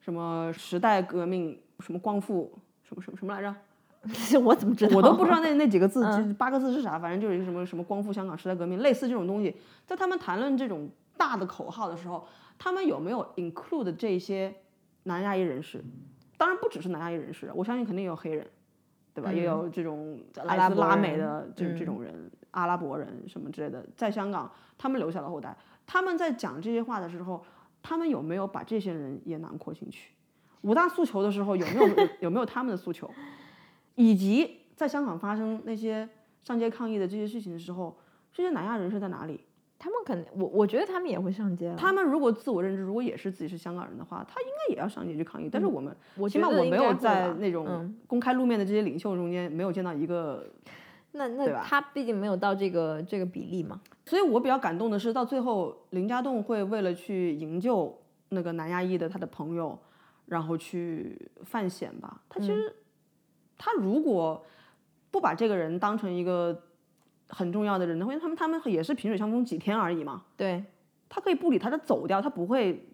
Speaker 1: 什么时代革命、什么光复、什么什么什么来着？
Speaker 2: 我怎么知道？
Speaker 1: 我都不知道那那几个字，就是八个字是啥，反正就是一个什么什么光复香港、时代革命，类似这种东西。在他们谈论这种大的口号的时候，他们有没有 include 这些南亚裔人士？当然不只是南亚裔人士，我相信肯定有黑人，对吧？也有这种
Speaker 2: 嗯阿
Speaker 1: 来
Speaker 2: 拉
Speaker 1: 自
Speaker 2: 伯
Speaker 1: 拉美
Speaker 2: 人嗯
Speaker 1: 的这这种人、阿拉伯人什么之类的，在香港他们留下了后代。他们在讲这些话的时候，他们有没有把这些人也囊括进去？五大诉求的时候，有没 有有没有他们的诉求？以及在香港发生那些上街抗议的这些事情的时候，这些南亚人是在哪里？
Speaker 2: 他们肯定，我我觉得他们也会上街了。啊
Speaker 1: 他们如果自我认知，如果也是自己是香港人的话，他应该也要上街去抗议。
Speaker 2: 嗯
Speaker 1: 但是我们，
Speaker 2: 我
Speaker 1: 起
Speaker 2: 觉
Speaker 1: 码
Speaker 2: 得
Speaker 1: 我
Speaker 2: 应
Speaker 1: 没
Speaker 2: 该
Speaker 1: 有
Speaker 2: 会
Speaker 1: 在
Speaker 2: 吧
Speaker 1: 那种
Speaker 2: 嗯
Speaker 1: 公开露面的这些领袖中间没有见到一个。
Speaker 2: 那
Speaker 1: 对
Speaker 2: 那
Speaker 1: 吧
Speaker 2: 他毕竟没有到这个这个比例嘛。
Speaker 1: 所以我比较感动的是，到最后林家栋会为了去营救那个南亚裔的他的朋友，然后去犯险吧。他其
Speaker 2: 嗯
Speaker 1: 实，他如果不把这个人当成一个很重要的人的话，因为他们他们也是萍水相逢几天而已嘛。
Speaker 2: 对，
Speaker 1: 他可以不理他，他走掉，他不会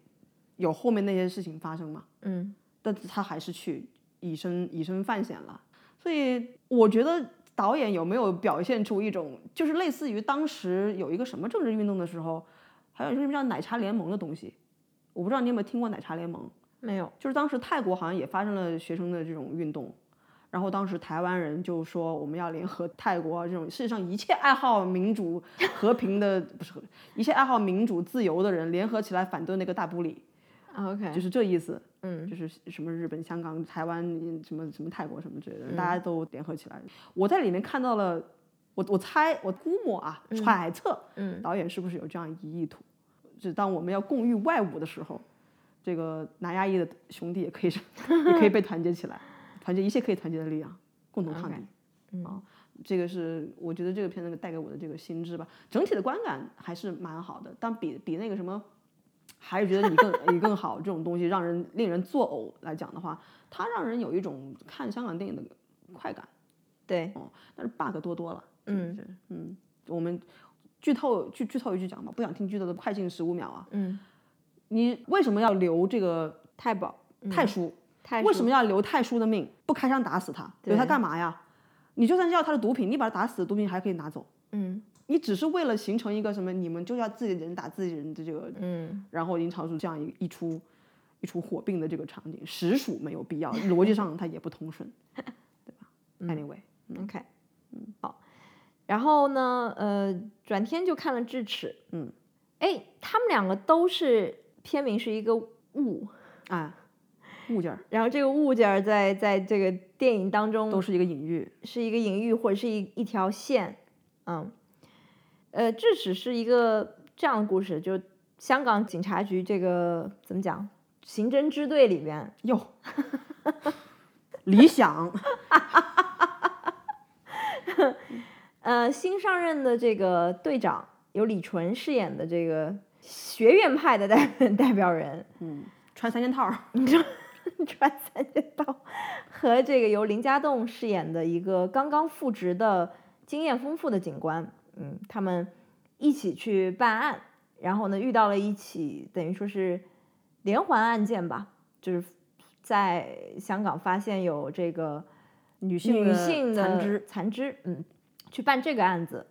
Speaker 1: 有后面那些事情发生嘛。
Speaker 2: 嗯，
Speaker 1: 但是他还是去以身以身犯险了。所以我觉得导演有没有表现出一种，就是类似于当时有一个什么政治运动的时候，还有一个什么叫奶茶联盟的东西，我不知道你有没有听过奶茶联盟。
Speaker 2: 没有，
Speaker 1: 就是当时泰国好像也发生了学生的这种运动，然后当时台湾人就说我们要联合泰国啊这种世界上一切爱好民主、和平的不是和平一切爱好民主自由的人联合起来反对那个大不理，
Speaker 2: 啊
Speaker 1: 就
Speaker 2: OK，
Speaker 1: 是这意思。
Speaker 2: 嗯，
Speaker 1: 就是什么日本、香港、台湾、嗯什么什么泰国什么之类
Speaker 2: 嗯
Speaker 1: 的，大家都联合起来。我在里面看到了，我我猜我估摸啊，揣测，
Speaker 2: 嗯
Speaker 1: 导演是不是有这样一意图？就当我们要共御外侮的时候，这个南亚裔的兄弟也可以是 也可以被团结起来，团结一切可以团结的力量，共同抗敌。哦
Speaker 2: 嗯，
Speaker 1: 这个是我觉得这个片子带给我的这个心智吧，整体的观感还是蛮好的，但比比那个什么，还是觉得你更你更好这种东西，让人令人作呕来讲的话，它让人有一种看香港电影的快感，哦
Speaker 2: 对，
Speaker 1: 但是 bug 多多了。
Speaker 2: 嗯
Speaker 1: 嗯，我们剧透剧剧透一句讲吧，不想听剧透的快进十五秒啊！
Speaker 2: 嗯，
Speaker 1: 你为什么要留这个太保太叔？
Speaker 2: 嗯太
Speaker 1: 为什么要留太叔的命？不开枪打死他，留他干嘛呀？你就算是要他的毒品，你把他打死，毒品还可以拿走。
Speaker 2: 嗯
Speaker 1: 你只是为了形成一个什么，你们就要自己人打自己人的这个，
Speaker 2: 嗯
Speaker 1: 然后营造出这样一一出一出火并的这个场景，实属没有必要，逻辑上它也不通 顺，对吧？Anyway，
Speaker 2: OK，嗯好，然后呢，呃，转天就看了《智齿》，
Speaker 1: 嗯，
Speaker 2: 哎，他们两个都是片名是一个物，
Speaker 1: 哎，物件儿
Speaker 2: 然后这个物件儿在在这个电影当中
Speaker 1: 都是一个隐喻，
Speaker 2: 是一个隐喻或者是一一条线，嗯，呃，智齿是一个这样的故事，就香港警察局这个怎么讲，刑侦支队里边，
Speaker 1: 哟， 理想，
Speaker 2: 呃，新上任的这个队长由李纯饰演的这个学院派的代代表 人，
Speaker 1: 嗯，穿三件套 儿，
Speaker 2: 穿三件套，和这个由林家栋饰演的一个刚刚复职的经验丰富的警官，嗯，他们一起去办案，然后呢遇到了一起等于说是连环案件吧，就是在香港发现有这个
Speaker 1: 女性
Speaker 2: 女
Speaker 1: 的
Speaker 2: 性
Speaker 1: 残
Speaker 2: 的
Speaker 1: 肢，
Speaker 2: 残肢，嗯，去办这个案子，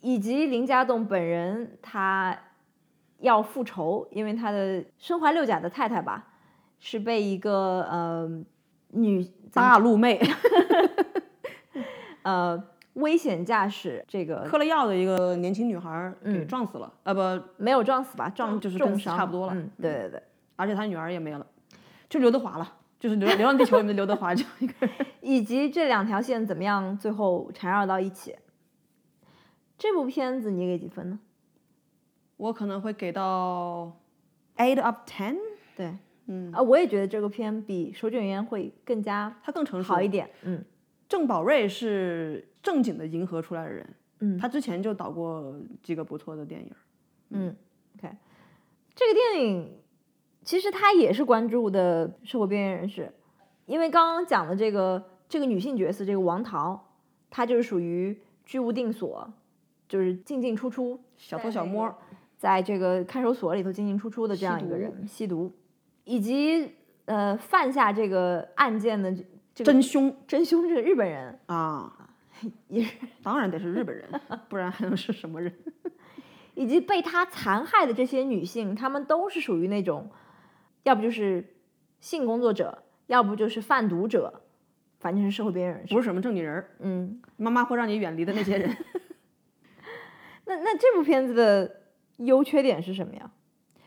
Speaker 2: 以及林家栋本人他要复仇，因为他的身怀六甲的太太吧，是被一个呃女
Speaker 1: 大陆妹，
Speaker 2: 呃危险驾驶这个
Speaker 1: 嗑了药的一个年轻女孩儿
Speaker 2: 嗯
Speaker 1: 给撞死了，啊不，
Speaker 2: 没有撞死吧，撞
Speaker 1: 就是跟
Speaker 2: 重
Speaker 1: 死
Speaker 2: 伤
Speaker 1: 差不多了
Speaker 2: 嗯，对对对，
Speaker 1: 而且她女儿也没了，就刘德华了，就是流《流浪地球》里面的刘德华这样一个人。
Speaker 2: 以及这两条线怎么样最后缠绕到一起。这部片子你给几分呢？
Speaker 1: 我可能会给到 eight up ten，
Speaker 2: 对，嗯啊，我也觉得这个片比《手卷烟》会更加
Speaker 1: 他更成熟
Speaker 2: 好一。点。嗯，
Speaker 1: 郑宝瑞是正经的银河出来的人，
Speaker 2: 嗯
Speaker 1: 他之前就导过几个不错的电影。
Speaker 2: 这个电影其实它也是关注的社会边缘人士，因为刚刚讲的这个这个女性角色，这个王桃，她就是属于居无定所，就是进进出出，
Speaker 1: 小偷小摸，
Speaker 2: 在这个看守所里头进进出出的这样一个人，吸毒，以及呃犯下这个案件的这个
Speaker 1: 真凶
Speaker 2: 真凶这个日本人，
Speaker 1: 啊，
Speaker 2: 也是
Speaker 1: 当然得是日本人，不然还能是什么人？
Speaker 2: 以及被他残害的这些女性，她们都是属于那种，要不就是性工作者，要不就是贩毒者，反正是社会边缘人士。
Speaker 1: 不是什么正经人儿，
Speaker 2: 嗯，
Speaker 1: 妈妈会让你远离的那些人。
Speaker 2: 那那这部片子的优缺点是什么呀？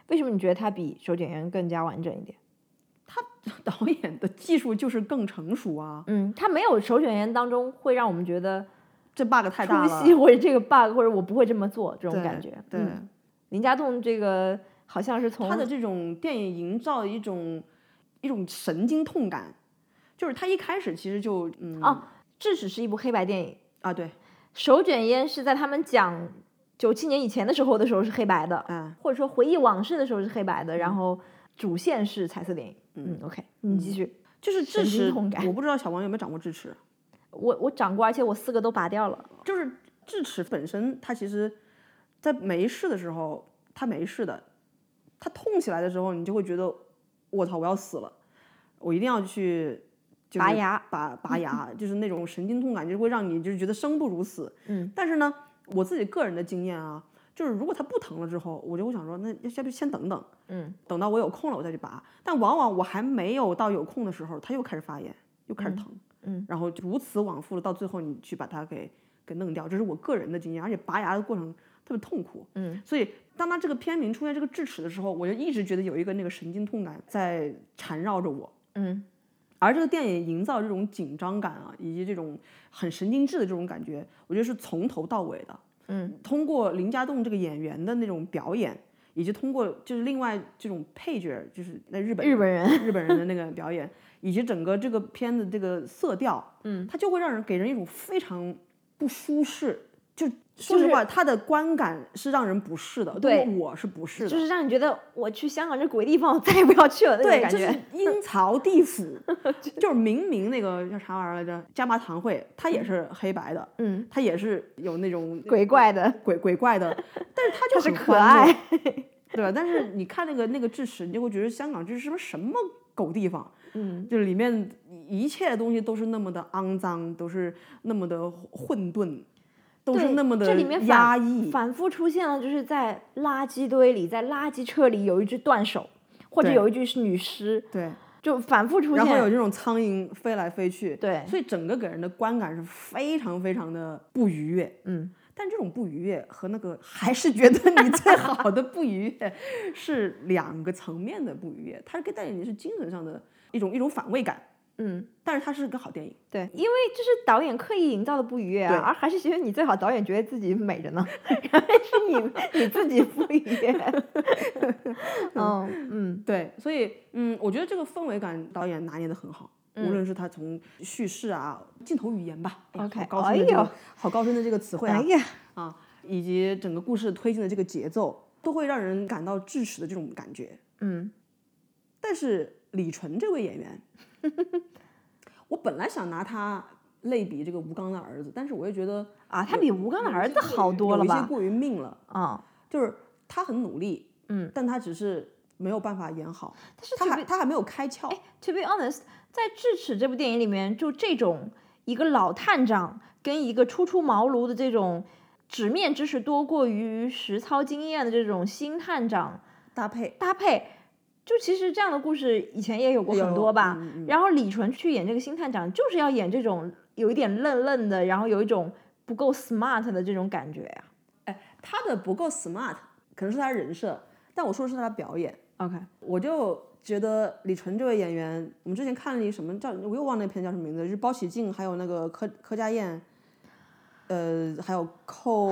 Speaker 2: 为什么你觉得它比《手卷烟》更加完整一点？
Speaker 1: 导演的技术就是更成熟啊，
Speaker 2: 嗯，它没有《手卷烟》当中会让我们觉得
Speaker 1: 这 bug 太大
Speaker 2: 出
Speaker 1: 了，
Speaker 2: 戏或者这个 bug 或者我不会这么做这种
Speaker 1: 对
Speaker 2: 感觉。
Speaker 1: 对，
Speaker 2: 嗯林家栋这个好像是从
Speaker 1: 他的这种电影营造一种一种神经痛感，就是他一开始其实就嗯
Speaker 2: 哦这只是一部黑白电影，
Speaker 1: 啊对，
Speaker 2: 手卷烟是在他们讲九七年以前的时候的时候是黑白的，
Speaker 1: 嗯，
Speaker 2: 或者说回忆往事的时候是黑白的，然后主线是彩色电影。嗯，OK，你继续。
Speaker 1: 就是智
Speaker 2: 神经
Speaker 1: 齿
Speaker 2: 痛感，
Speaker 1: 我不知道小王有没有长过智齿，
Speaker 2: 我我长过，而且我四个都拔掉了。
Speaker 1: 就是智齿本身它其实，在没事的时候它没事的，它痛起来的时候你就会觉得我操我要死了，我一定要去。就是
Speaker 2: 拔牙
Speaker 1: 拔拔牙，就是那种神经痛感，就会让你就是觉得生不如死。
Speaker 2: 嗯，
Speaker 1: 但是呢，我自己个人的经验啊，就是如果它不疼了之后，我就会想说，那要不先等等，
Speaker 2: 嗯，
Speaker 1: 等到我有空了我再去拔。但往往我还没有到有空的时候，它又开始发炎，又开始疼，
Speaker 2: 嗯
Speaker 1: 然后如此往复的，到最后你去把它给给弄掉，这是我个人的经验，而且拔牙的过程特别痛苦，
Speaker 2: 嗯，
Speaker 1: 所以当它这个片名出现这个智齿的时候，我就一直觉得有一个那个神经痛感在缠绕着我。
Speaker 2: 嗯
Speaker 1: 而这个电影营造这种紧张感啊，以及这种很神经质的这种感觉，我觉得是从头到尾的。
Speaker 2: 嗯，
Speaker 1: 通过林家栋这个演员的那种表演，以及通过就是另外这种配角，就是那日本
Speaker 2: 日本人
Speaker 1: 日本人的那个表演，以及整个这个片子这个色调，嗯，它就会让人给人一种非常不舒适。就说实话，它的观感是让人不适的。
Speaker 2: 对
Speaker 1: 对我是不适的，
Speaker 2: 就是让你觉得我去香港这鬼地方，我再也不要去了那种
Speaker 1: 对，
Speaker 2: 感
Speaker 1: 就是
Speaker 2: 觉。
Speaker 1: 阴曹地 府，就是明明那个叫啥玩意儿来着，加麻堂会，它也是黑白的，
Speaker 2: 嗯，
Speaker 1: 它也是有那种
Speaker 2: 鬼怪的，
Speaker 1: 鬼鬼怪 的，但是它就
Speaker 2: 它是
Speaker 1: 很
Speaker 2: 可
Speaker 1: 欢
Speaker 2: 爱
Speaker 1: 乐，对吧？但是你看那个那个智齿，你就会觉得香港这是什么什么狗地方，
Speaker 2: 嗯，
Speaker 1: 就是里面一切东西都是那么的肮脏，都是那么的混沌，都是
Speaker 2: 对
Speaker 1: 那么的
Speaker 2: 这里面反
Speaker 1: 压抑，
Speaker 2: 反复出现了，就是在垃圾堆里，在垃圾车里有一只断手，或者
Speaker 1: 对
Speaker 2: 有一句是女尸，
Speaker 1: 对。
Speaker 2: 就反复出现。
Speaker 1: 然后有这种苍蝇飞来飞去，
Speaker 2: 对
Speaker 1: 所以整个给人的观感是非常非常的不愉悦。
Speaker 2: 嗯，
Speaker 1: 但这种不愉悦和那个还是觉得你最好的不愉悦是两个层面的不愉悦，它是给带给你是精神上的一种一种反胃感，
Speaker 2: 嗯，
Speaker 1: 但是它是个好电影，
Speaker 2: 对，因为这是导演刻意营造的不愉悦啊，
Speaker 1: 对
Speaker 2: 而还是觉得你最好导演觉得自己美着 呢，原来是你你自己不愉悦。 嗯嗯
Speaker 1: 对，所以嗯，我觉得这个氛围感导演拿捏的很好。嗯无论是他从叙事啊、镜头语言吧哎呀
Speaker 2: OK，
Speaker 1: 好高深的
Speaker 2: 哎
Speaker 1: 这个、
Speaker 2: 呦
Speaker 1: 好高深的这个词汇啊，
Speaker 2: 哎呀，
Speaker 1: 啊，以及整个故事推进的这个节奏，都会让人感到智齿的这种感觉。
Speaker 2: 嗯
Speaker 1: 但是李淳这位演员， 我本来想拿他类比这个吴刚的儿子，但是我又觉得
Speaker 2: 啊，他比吴刚的
Speaker 1: 有
Speaker 2: 儿
Speaker 1: 一
Speaker 2: 子
Speaker 1: 些过于
Speaker 2: 好多了
Speaker 1: 有一些
Speaker 2: 吧？
Speaker 1: 过于命了，
Speaker 2: 啊、
Speaker 1: 就是他很努力，
Speaker 2: 嗯，
Speaker 1: 但他只是没有办法演好，
Speaker 2: 但是哎
Speaker 1: 他还他还没有开窍，
Speaker 2: t o be honest，在《智齿》这部电影里面，就这种一个老探长跟一个初出茅庐的这种纸面知识多过于实操经验的这种新探长
Speaker 1: 搭配
Speaker 2: 搭配，就其实这样的故事以前也有过很
Speaker 1: 有
Speaker 2: 多吧。
Speaker 1: 嗯嗯
Speaker 2: 然后李淳去演这个新探长，就是要演这种有一点愣愣的，然后有一种不够 smart 的这种感觉呀、
Speaker 1: 他的不够 smart，可能是他的人设，但我说的是他的表演。
Speaker 2: OK，
Speaker 1: 我就觉得李晨这位演员，我们之前看了一什么叫，我又忘了那片叫什么名字，就是包喜静，还有那个柯柯佳燕，呃，还有寇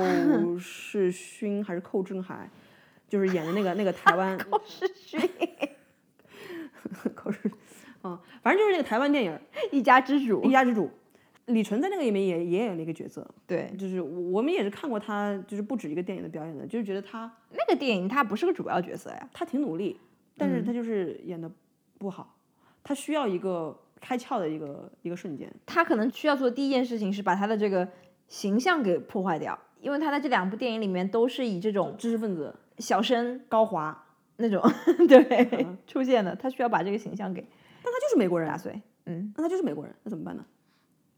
Speaker 1: 世勋还是寇振海，就是演的那个那个台湾
Speaker 2: 我是去
Speaker 1: 寇世，嗯，反正就是那个台湾电影《
Speaker 2: 一家之主
Speaker 1: 一。家之主》，李晨在那个里面也也演了一个角色，
Speaker 2: 对，
Speaker 1: 就是我我们也是看过他就是不止一个电影的表演的，就是觉得他
Speaker 2: 那个电影它不是个主要角色呀。
Speaker 1: 他挺努力，但
Speaker 2: 嗯
Speaker 1: 是他就是演的不好，他需要一个开窍的一个一个瞬间。
Speaker 2: 他可能需要做第一件事情是把他的这个形象给破坏掉，因为他在这两部电影里面都是以这种
Speaker 1: 知识分子
Speaker 2: 小生
Speaker 1: 高华，嗯
Speaker 2: 那种 对、出现的，他需要把这个形象给
Speaker 1: 但他就是美国人
Speaker 2: 打
Speaker 1: 啊，
Speaker 2: 碎，嗯，
Speaker 1: 那他就是美国人，那怎么办呢？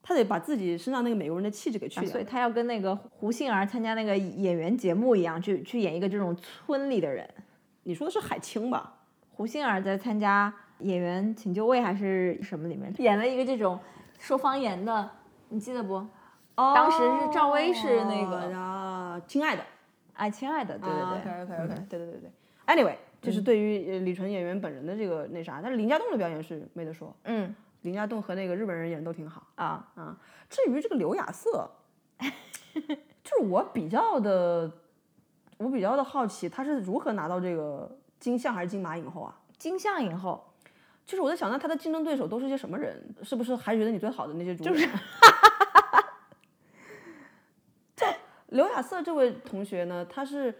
Speaker 1: 他得把自己身上那个美国人的气质给去
Speaker 2: 打
Speaker 1: 掉。
Speaker 2: 碎。他要跟那个胡杏儿参加那个演员节目一样，去去演一个这种村里的人。
Speaker 1: 你说的是海清吧？
Speaker 2: 胡杏儿在参加《演员请就位》还是什么里面演了一个这种说方言的，你记得不？
Speaker 1: 哦
Speaker 2: 当时是赵薇是那个
Speaker 1: 啊，亲爱的，
Speaker 2: 哎，亲爱的，对对嗯对，嗯
Speaker 1: o k 哦 OK OK，对对对对。Anyway，就是对于呃李纯演员本人的这个那啥，但是林家栋的表演是没得说，
Speaker 2: 嗯
Speaker 1: 林家栋和那个日本人演的都挺好。
Speaker 2: 啊，
Speaker 1: 啊，至于这个刘亚 瑟，就是我比较的，我比较的好奇，他是如何拿到这个金像还是金马影后啊？
Speaker 2: 金像影后
Speaker 1: 就是我在想，那他的竞争对手都是些什么人？是不是还觉得你最好的那些主演？ 就是，刘亚瑟这位同学呢，他是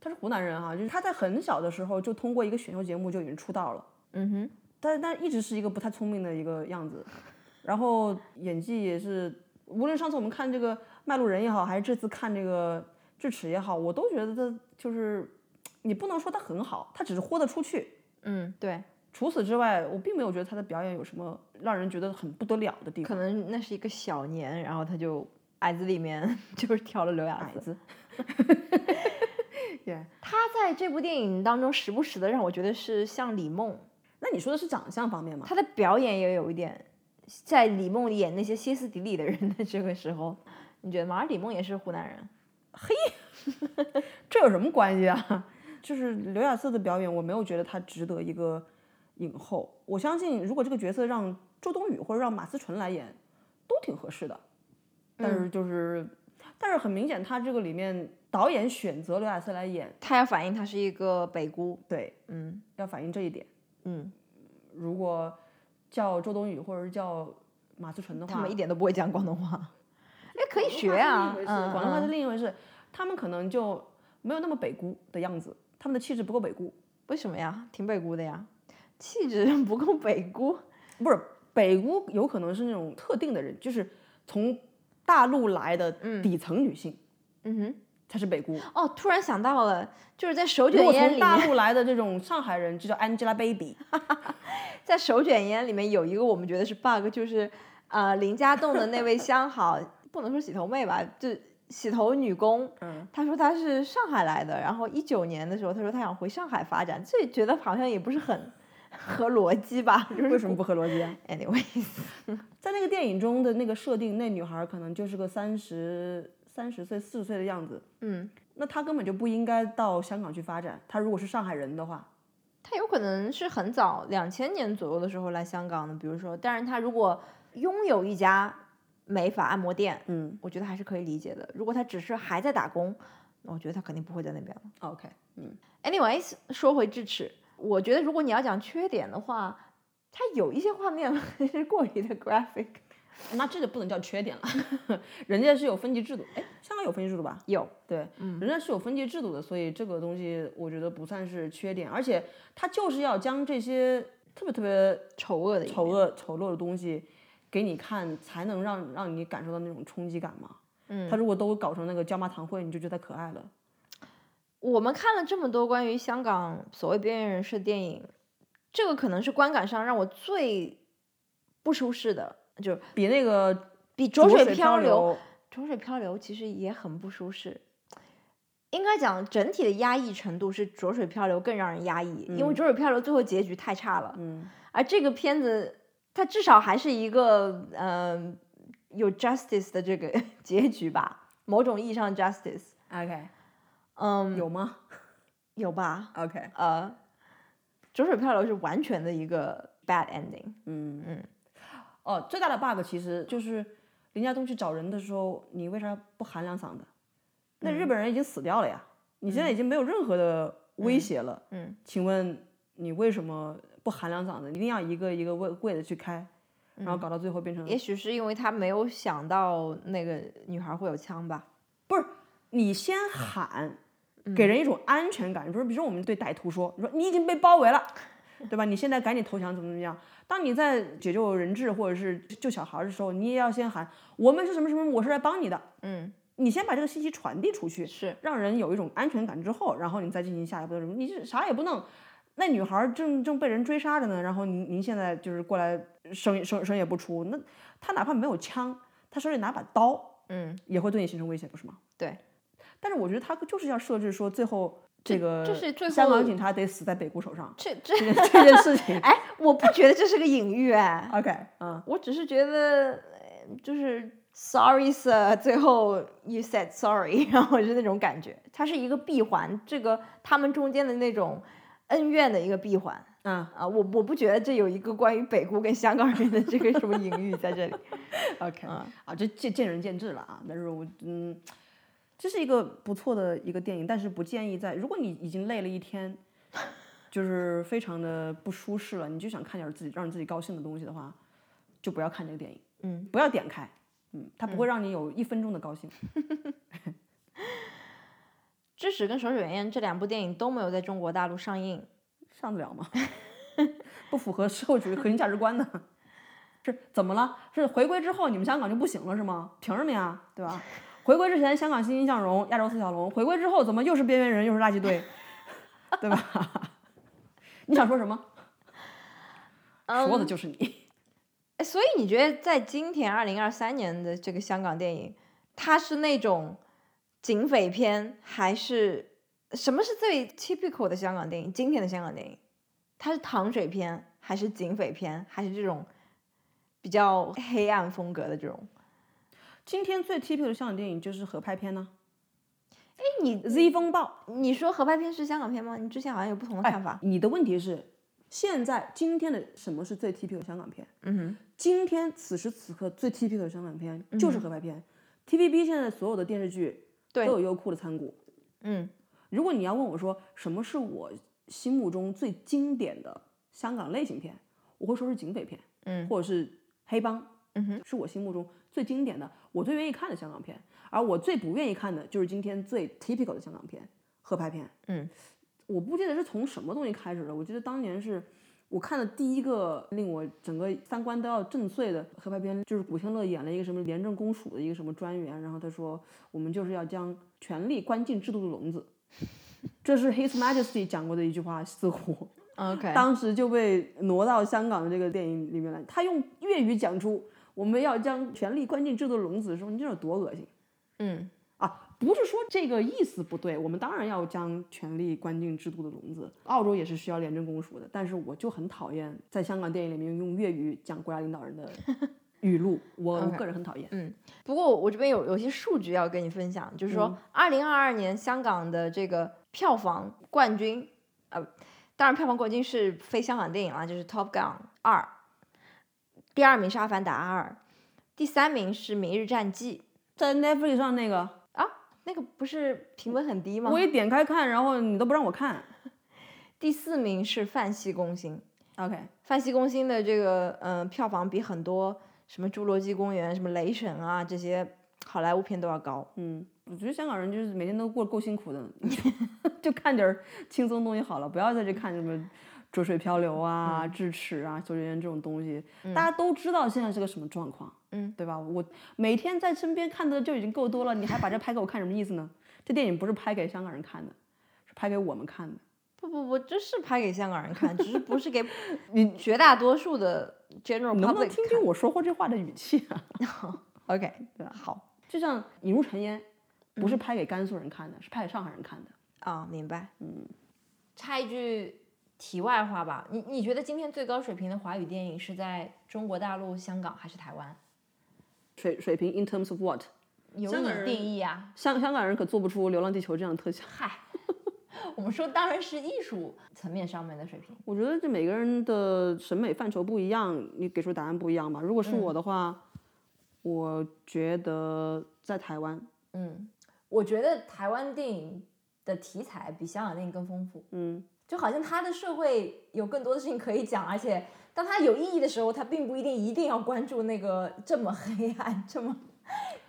Speaker 1: 他是湖南人哈、就是他在很小的时候就通过一个选秀节目就已经出道了。
Speaker 2: 嗯哼。
Speaker 1: 但但一直是一个不太聪明的一个样子，然后演技也是，无论上次我们看这个《卖路人》也好，还是这次看这个《智齿》也好，我都觉得他就是，你不能说他很好，他只是豁得出去。
Speaker 2: 嗯，对，
Speaker 1: 除此之外，我并没有觉得他的表演有什么让人觉得很不得了的地方。
Speaker 2: 可能那是一个小年，然后他就矮子里面 就是挑了刘雅
Speaker 1: 矮
Speaker 2: 瑟。
Speaker 1: 子，
Speaker 2: 他在这部电影当中时不时的让我觉得是像李梦，
Speaker 1: 那你说的是长相方面吗？
Speaker 2: 他的表演也有一点在李梦演那些歇斯底里的人的这个时候，你觉得吗？而李梦也是湖南人，
Speaker 1: 这有什么关系 啊？就是刘亚瑟的表演，我没有觉得他值得一个影后。我相信，如果这个角色让周冬雨或者让马思纯来演，都挺合适的。
Speaker 2: 嗯
Speaker 1: 但是就是，但是很明显，他这个里面导演选择刘亚瑟来演，
Speaker 2: 他要反映他是一个北姑，
Speaker 1: 对，
Speaker 2: 嗯
Speaker 1: 要反映这一点。
Speaker 2: 嗯，
Speaker 1: 如果叫周冬雨或者是叫马思纯的话，
Speaker 2: 他们一点都不会讲广东话，哎，可以学
Speaker 1: 广
Speaker 2: 啊，
Speaker 1: 东话是另一回事
Speaker 2: 嗯，
Speaker 1: 广东话是
Speaker 2: 嗯
Speaker 1: 另一回事。他们可能就没有那么北姑的样子，他们的气质不够北姑。
Speaker 2: 为什么呀？挺北姑的呀，气质不够北姑，
Speaker 1: 不是北姑有可能是那种特定的人，就是从大陆来的底层女性，
Speaker 2: 嗯哼。
Speaker 1: 她是北姑。
Speaker 2: 哦，突然想到了，就是在手
Speaker 1: 如
Speaker 2: 卷
Speaker 1: 果
Speaker 2: 烟
Speaker 1: 从
Speaker 2: 里
Speaker 1: 大
Speaker 2: 面，
Speaker 1: 陆来的这种上海人，就叫 Angelababy。
Speaker 2: 在手卷烟里面有一个我们觉得是 bug，就是呃林家栋的那位 相好，不能说洗头妹吧，就洗头女工。
Speaker 1: 嗯，
Speaker 2: 她说她是上海来的，然后一九年的时候，她说她想回上海发展，这觉得好像也不是很合逻辑吧？就是
Speaker 1: 为什么不合逻辑啊？
Speaker 2: anyways，
Speaker 1: 在那个电影中的那个设定，那女孩可能就是个三十三十岁、四十岁的样子，
Speaker 2: 嗯，
Speaker 1: 那她根本就不应该到香港去发展。她如果是上海人的话，
Speaker 2: 她有可能是很早两千年左右的时候来香港的，比如说，但是她如果拥有一家美发按摩店，
Speaker 1: 嗯
Speaker 2: 我觉得还是可以理解的。如果他只是还在打工，那我觉得他肯定不会在那边了。
Speaker 1: ，OK，嗯，
Speaker 2: Anyways，说回智齿，我觉得如果你要讲缺点的话，它有一些画面 是过于的 graphic。
Speaker 1: 那这就不能叫缺点了， 人家是有分级制度，哎，香港有嗯分级制度吧？
Speaker 2: 有，
Speaker 1: 对，人家是有分级制度的，所以这个东西我觉得不算是缺点，而且它就是要将这些特别特别
Speaker 2: 丑恶的一
Speaker 1: 丑
Speaker 2: 面，
Speaker 1: 恶、丑陋的东西给你看，才能让让你感受到那种冲击感嘛。嗯，他如果都搞成那个椒麻堂会，你就觉得可爱了。
Speaker 2: 我们看了这么多关于香港所谓边缘人士的电影，这个可能是观感上让我最不舒适的，就
Speaker 1: 比那个
Speaker 2: 比
Speaker 1: 浊
Speaker 2: 浊水
Speaker 1: 漂
Speaker 2: 漂流浊水漂流其实也很不舒适。应该讲整体的压抑程度是浊水漂流更让人压抑，因为浊水漂流最后结局太差了。
Speaker 1: 嗯，
Speaker 2: 而这个片子它至少还是一个嗯、呃有 justice 的这个 结局吧，某种意义上 justice，
Speaker 1: OK，
Speaker 2: 嗯，
Speaker 1: 有吗
Speaker 2: 有吧？
Speaker 1: ？OK，
Speaker 2: 呃，浊水漂流是完全的一个 bad ending，
Speaker 1: 嗯嗯。哦，最大的 bug 其实就是林家栋去找人的时候，你为啥不喊两嗓子？那
Speaker 2: 嗯
Speaker 1: 日本人已经死掉了呀，你现在已经没有任何的威胁了。
Speaker 2: 嗯
Speaker 1: 请问你为什么不喊两嗓子？一定要一个一个跪跪着去开，然后搞到最后变成、
Speaker 2: 嗯也许是因为他没有想到那个女孩会有枪吧。
Speaker 1: 你先喊，
Speaker 2: 嗯
Speaker 1: 给人一种安全感。你说，比如说我们对歹徒说，你说你已经被包围了，对吧？你现在赶紧投降，怎么怎么样？当你在解救人质或者是救小孩的时候，你也要先喊我们是什么什么，我是来帮你的。
Speaker 2: 嗯，
Speaker 1: 你先把这个信息传递出去，
Speaker 2: 是
Speaker 1: 让人有一种安全感之后，然后你再进行下一步的什么，你是啥也不弄。那女孩儿正正被人追杀着呢，然后您您现在就是过来声声声也不出，那她哪怕没有枪，她手里拿把刀，
Speaker 2: 嗯，
Speaker 1: 也会对你形成威胁，不是吗？
Speaker 2: 对。
Speaker 1: 但是我觉得他就是要设置说，最后这个
Speaker 2: 就是最
Speaker 1: 香港
Speaker 2: 后
Speaker 1: 警察得死在北姑手上
Speaker 2: 这这
Speaker 1: 这件这件事 情。
Speaker 2: 哎，我不觉得这是个隐喻哎，
Speaker 1: OK，嗯，
Speaker 2: 我只是觉得呃就是 sorry sir，最后 you said sorry，然 后是那种感觉，它是一个闭环，这个他们中间的那种恩怨的一个闭环。
Speaker 1: 嗯
Speaker 2: 啊，我我不觉得这有一个关于北姑跟香港人的这个什么隐喻在这里。
Speaker 1: ，OK，
Speaker 2: 嗯
Speaker 1: 啊，这见见仁见智了啊。但是我嗯，这是一个不错的一个电影，但是不建议在如果你已经累了一天，就是非常的不舒适了，你就想看点儿自己让自己高兴的东西的话，就不要看这个电影，
Speaker 2: 嗯，
Speaker 1: 不要点开，嗯，它不会让你有一分钟的高兴。
Speaker 2: 知识跟《手指员》这两部电影都没有在中国大陆上映，
Speaker 1: 上得了吗？ 不符合社会主义核心价值观呢？是怎么了？是回归之后你们香港就不行了是吗？凭什么呀？对吧？回归之前香港欣欣向荣，亚洲四小龙；回归之后怎么又是边缘人又是垃圾堆，对吧？ 你想说什么？说的就是你。
Speaker 2: 哎，所以你觉得在今天二零二三年的这个香港电影，它是那种警匪片，还是什么是最 typical 的香港电影？今天的香港电影，它是糖水片，还是警匪片，还是这种比较黑暗风格的这种？
Speaker 1: 今天最 typical 的香港电影就是合拍片呢、
Speaker 2: 哎，你
Speaker 1: z 风暴》。
Speaker 2: 你说合拍片是香港片吗？你之前好像有不同
Speaker 1: 哎
Speaker 2: 的看法。
Speaker 1: 你的问题是，现在今天的什么是最 typical 的香港片？
Speaker 2: 嗯
Speaker 1: 今天此时此刻最 T P 的香港片就是合拍片、t v b 现在所有的电视剧都
Speaker 2: 对
Speaker 1: 有优酷的参股。
Speaker 2: 嗯
Speaker 1: 如果你要问我说什么是我心目中最经典的香港类型片，我会说是警匪片，
Speaker 2: 嗯
Speaker 1: 或者是黑帮，
Speaker 2: 嗯哼，
Speaker 1: 是我心目中最经典的，我最愿意看的香港片。而我最不愿意看的就是今天最 typical 的香港片，合拍片。
Speaker 2: 嗯，
Speaker 1: 我不记得是从什么东西开始的，我记得当年是我看的第一个令我整个三观都要震碎的合拍片，就是古天乐演了一个什么廉政公署的一个什么专员，然后他说我们就是要将权力关进制度的笼子，这是 His Majesty 讲过的一句话，似乎。
Speaker 2: ，OK，
Speaker 1: 当时就被挪到香港的这个电影里面来。他用粤语讲出“我们要将权力关进制度笼子”的时候，你这有多恶心
Speaker 2: 嗯
Speaker 1: 啊！不是说这个意思不对，我们当然要将权力关进制度的笼子。澳洲也是需要廉政公署的，但是我就很讨厌在香港电影里面用粤语讲国家领导人的语录，我我
Speaker 2: OK
Speaker 1: 个人很讨厌。
Speaker 2: 嗯，不过我这边有有些数据要跟你分享，就是说，二零二二年香港的这个票房冠军，呃，当然票房冠军是非香港电影啦，就是《Top Gun 二》，第二名是《阿凡达二》，第三名是《明日战记
Speaker 1: 在 Netflix 上那个，》
Speaker 2: 啊，那个不是评分很低吗
Speaker 1: 我？一点开看，然后你都不让我看。
Speaker 2: 第四名是《范西攻心》，《
Speaker 1: OK，
Speaker 2: 范西攻心》的这个嗯、呃票房比很多什么《侏罗纪公园》、什么《雷神啊》这些好莱坞片都要高。
Speaker 1: 嗯，我觉得香港人就是每天都过得够辛苦的， 就看点儿轻松东西好了，不要再去看什么浊水漂流啊、
Speaker 2: 嗯
Speaker 1: 智齿啊、修学员这种东西。大家都知道现在是个什么状况，
Speaker 2: 嗯，
Speaker 1: 对吧？我每天在身边看的就已经够多了，你还把这拍给我看什么意思呢？这电影不是拍给香港人看的，是拍给我们看的。
Speaker 2: 嗯不不不，这是拍给香港人看，只是不 是给你绝大多数的 general
Speaker 1: 你
Speaker 2: public
Speaker 1: 能不能听听
Speaker 2: 看
Speaker 1: 我说过这话的语气啊？
Speaker 2: ？OK，
Speaker 1: 对啊吧
Speaker 2: 好
Speaker 1: 就像《引入尘烟》，不
Speaker 2: 嗯
Speaker 1: 是拍给甘肃人看的，是拍给上海人看的。
Speaker 2: 啊、明白。
Speaker 1: 嗯，
Speaker 2: 插一句题外话吧，你你觉得今天最高水平的华语电影是在中国大陆、香港还是台湾？
Speaker 1: 水水平 in terms of what？
Speaker 2: 有
Speaker 1: 香港
Speaker 2: 你
Speaker 1: 人
Speaker 2: 定义啊！
Speaker 1: 香香港人可做不出《流浪地球》这样的特效。
Speaker 2: 嗨，我们说当然是艺术层面上面的水平。
Speaker 1: 我觉得这每个人的审美范畴不一样，你给出答案不一样吧。如果是我的话，我觉得在台湾，
Speaker 2: 嗯，我觉得台湾电影的题材比香港电影更丰富，
Speaker 1: 嗯，
Speaker 2: 就好像它的社会有更多的事情可以讲，而且当它有意义的时候，它并不一定一定要关注那个这么黑暗、这么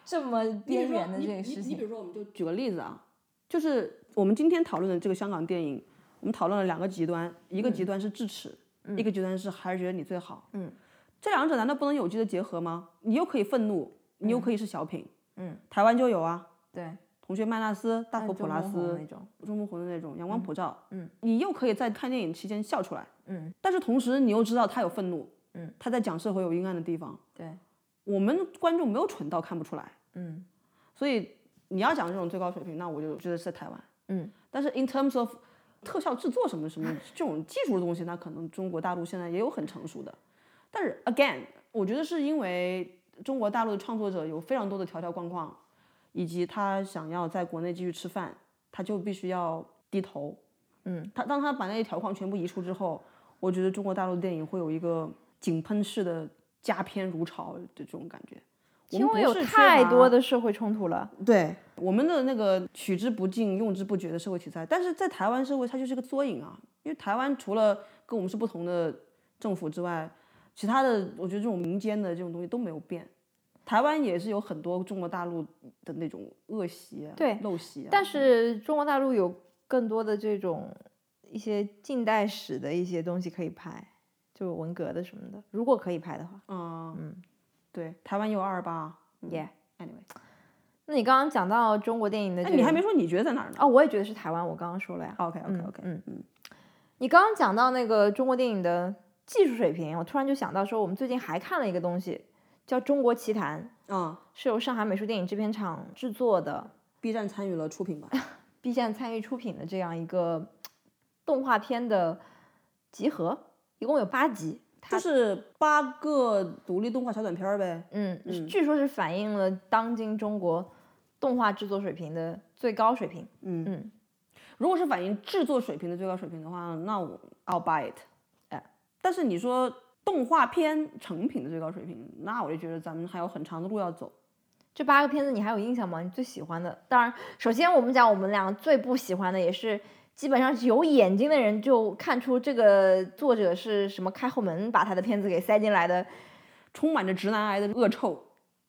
Speaker 2: 这么边缘的这个事
Speaker 1: 你比
Speaker 2: 情。
Speaker 1: 如说，我们就举个例子啊，就是我们今天讨论的这个香港电影，我们讨论了两个极端，一个极端是智齿，一个极端是还是觉得你最好。
Speaker 2: 嗯，
Speaker 1: 这两者难道不能有机的结合吗？你又可以愤怒，你又可以是小品。
Speaker 2: 嗯，
Speaker 1: 台湾就有啊，
Speaker 2: 对，
Speaker 1: 同学麦纳斯、大佛
Speaker 2: 就
Speaker 1: 普拉
Speaker 2: 孟红
Speaker 1: 斯
Speaker 2: 那、种，
Speaker 1: 钟梦红的那种阳光普照。
Speaker 2: 嗯
Speaker 1: 你又可以在看电影期间笑出来。
Speaker 2: 嗯，
Speaker 1: 但是同时你又知道他有愤怒，
Speaker 2: 嗯，
Speaker 1: 他在讲社会有阴暗的地方，
Speaker 2: 对，
Speaker 1: 我们观众没有蠢到看不出来，
Speaker 2: 嗯
Speaker 1: 所以你要讲这种最高水平，那我就觉得是在台湾，
Speaker 2: 嗯，
Speaker 1: 但是 in terms of 特效制作什么什么这种技术的东西，那可能中国大陆现在也有很成熟的，但是 again，我觉得是因为中国大陆的创作者有非常多的条条框框，以及他想要在国内继续吃饭，他就必须要低头，
Speaker 2: 嗯，
Speaker 1: 他当他把那些条框全部移除之后，我觉得中国大陆电影会有一个井喷式的加片如潮的这种感觉。我
Speaker 2: 因
Speaker 1: 们
Speaker 2: 为
Speaker 1: 不
Speaker 2: 有
Speaker 1: 是缺
Speaker 2: 太
Speaker 1: 乏
Speaker 2: 多的社会冲突了。
Speaker 1: 对我们的那个取之不尽、用之不绝的社会题材，但是在台湾社会它就是个缩影啊。因为台湾除了跟我们是不同的政府之外，其他的我觉得这种民间的这种东西都没有变。台湾也是有很多中国大陆的那种恶习、啊、
Speaker 2: 对
Speaker 1: 陋习、啊，
Speaker 2: 但是中国大陆有更多的这种一些近代史的一些东西可以拍，就是文革的什么的，如果可以拍的话。
Speaker 1: 嗯嗯，对，台湾也有二八。
Speaker 2: 耶、
Speaker 1: Anyway，
Speaker 2: 那你刚刚讲到中国电影的、
Speaker 1: 那
Speaker 2: 这
Speaker 1: 你还
Speaker 2: 个
Speaker 1: 没说你觉得在哪儿呢
Speaker 2: 哦，我也觉得是台湾，我刚刚说了呀。
Speaker 1: ？OK OK
Speaker 2: 嗯
Speaker 1: OK，
Speaker 2: 嗯
Speaker 1: 嗯
Speaker 2: 你刚刚讲到那个中国电影的技术水平，我突然就想到说，我们最近还看了一个东西，叫《中国奇谭》，
Speaker 1: 嗯
Speaker 2: 是由上海美术电影制片厂制作的
Speaker 1: ，B 站参与了出品吧？
Speaker 2: ，B 站参与出品的这样一个动画片的集合，一共有八集。它
Speaker 1: 就是八个独立动画小短片儿呗。
Speaker 2: 嗯，据说是反映了当今中国动画制作水平的最高水平。
Speaker 1: 嗯
Speaker 2: 嗯，
Speaker 1: 如果是反映制作水平的最高水平的话，那我 I'll buy it。哎，但是你说动画片成品的最高水平，那我就觉得咱们还有很长的路要走。
Speaker 2: 这八个片子你还有印象吗？你最喜欢的？当然，首先我们讲我们两个最不喜欢的，也是基本上有眼睛的人就看出这个作者是什么开后门把他的片子给塞进来的，
Speaker 1: 充满着直男癌的恶臭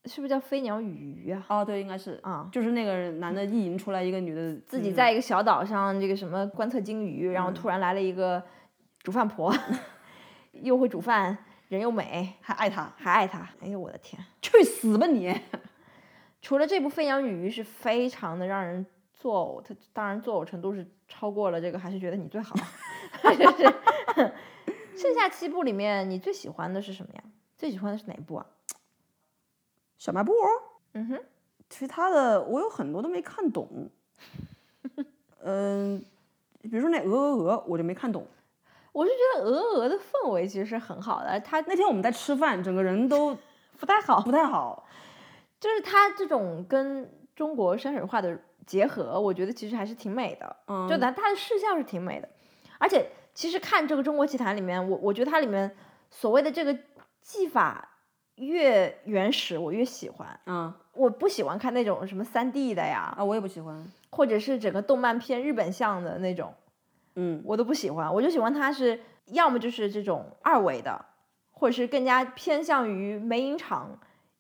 Speaker 2: 是不是叫《飞鸟与鱼》啊？
Speaker 1: 哦，对，应该是，
Speaker 2: 啊，
Speaker 1: 就是那个男的意淫出来一个女的，
Speaker 2: 自己在一个小岛上这个什么观测鲸鱼，然后突然来了一个煮饭婆， 又会煮饭，人又美，
Speaker 1: 还爱他，
Speaker 2: 还爱他。哎呦我的天！
Speaker 1: 去死吧 你！
Speaker 2: 除了这部《飞鸟与鱼》是非常的让人作呕，它当然作呕程度是超过了这个，还是觉得你最好。就是 剩下七部里面，你最喜欢的是什么呀？最喜欢的是哪一部啊？
Speaker 1: 小卖部，
Speaker 2: 嗯哼，
Speaker 1: 其他的我有很多都没看懂。 嗯，比如说那鹅鹅鹅，我就没看懂。
Speaker 2: 我是觉得鹅鹅的氛围其实是很好的，它
Speaker 1: 那天我们在吃饭，整个人都
Speaker 2: 不太好，
Speaker 1: 不太好。
Speaker 2: 就是它这种跟中国山水画的结合，我觉得其实还是挺美的。
Speaker 1: 嗯，
Speaker 2: 就咱它的视效是挺美的，而且其实看这个中国奇谭里面，我我觉得它里面所谓的这个技法越原始，我越喜欢。
Speaker 1: 嗯
Speaker 2: 我不喜欢看那种什么三 D 的呀，
Speaker 1: 啊，我也不喜欢。
Speaker 2: 或者是整个动漫片日本向的那种，
Speaker 1: 嗯
Speaker 2: 我都不喜欢。我就喜欢它是要么就是这种二维的，或者是更加偏向于美影厂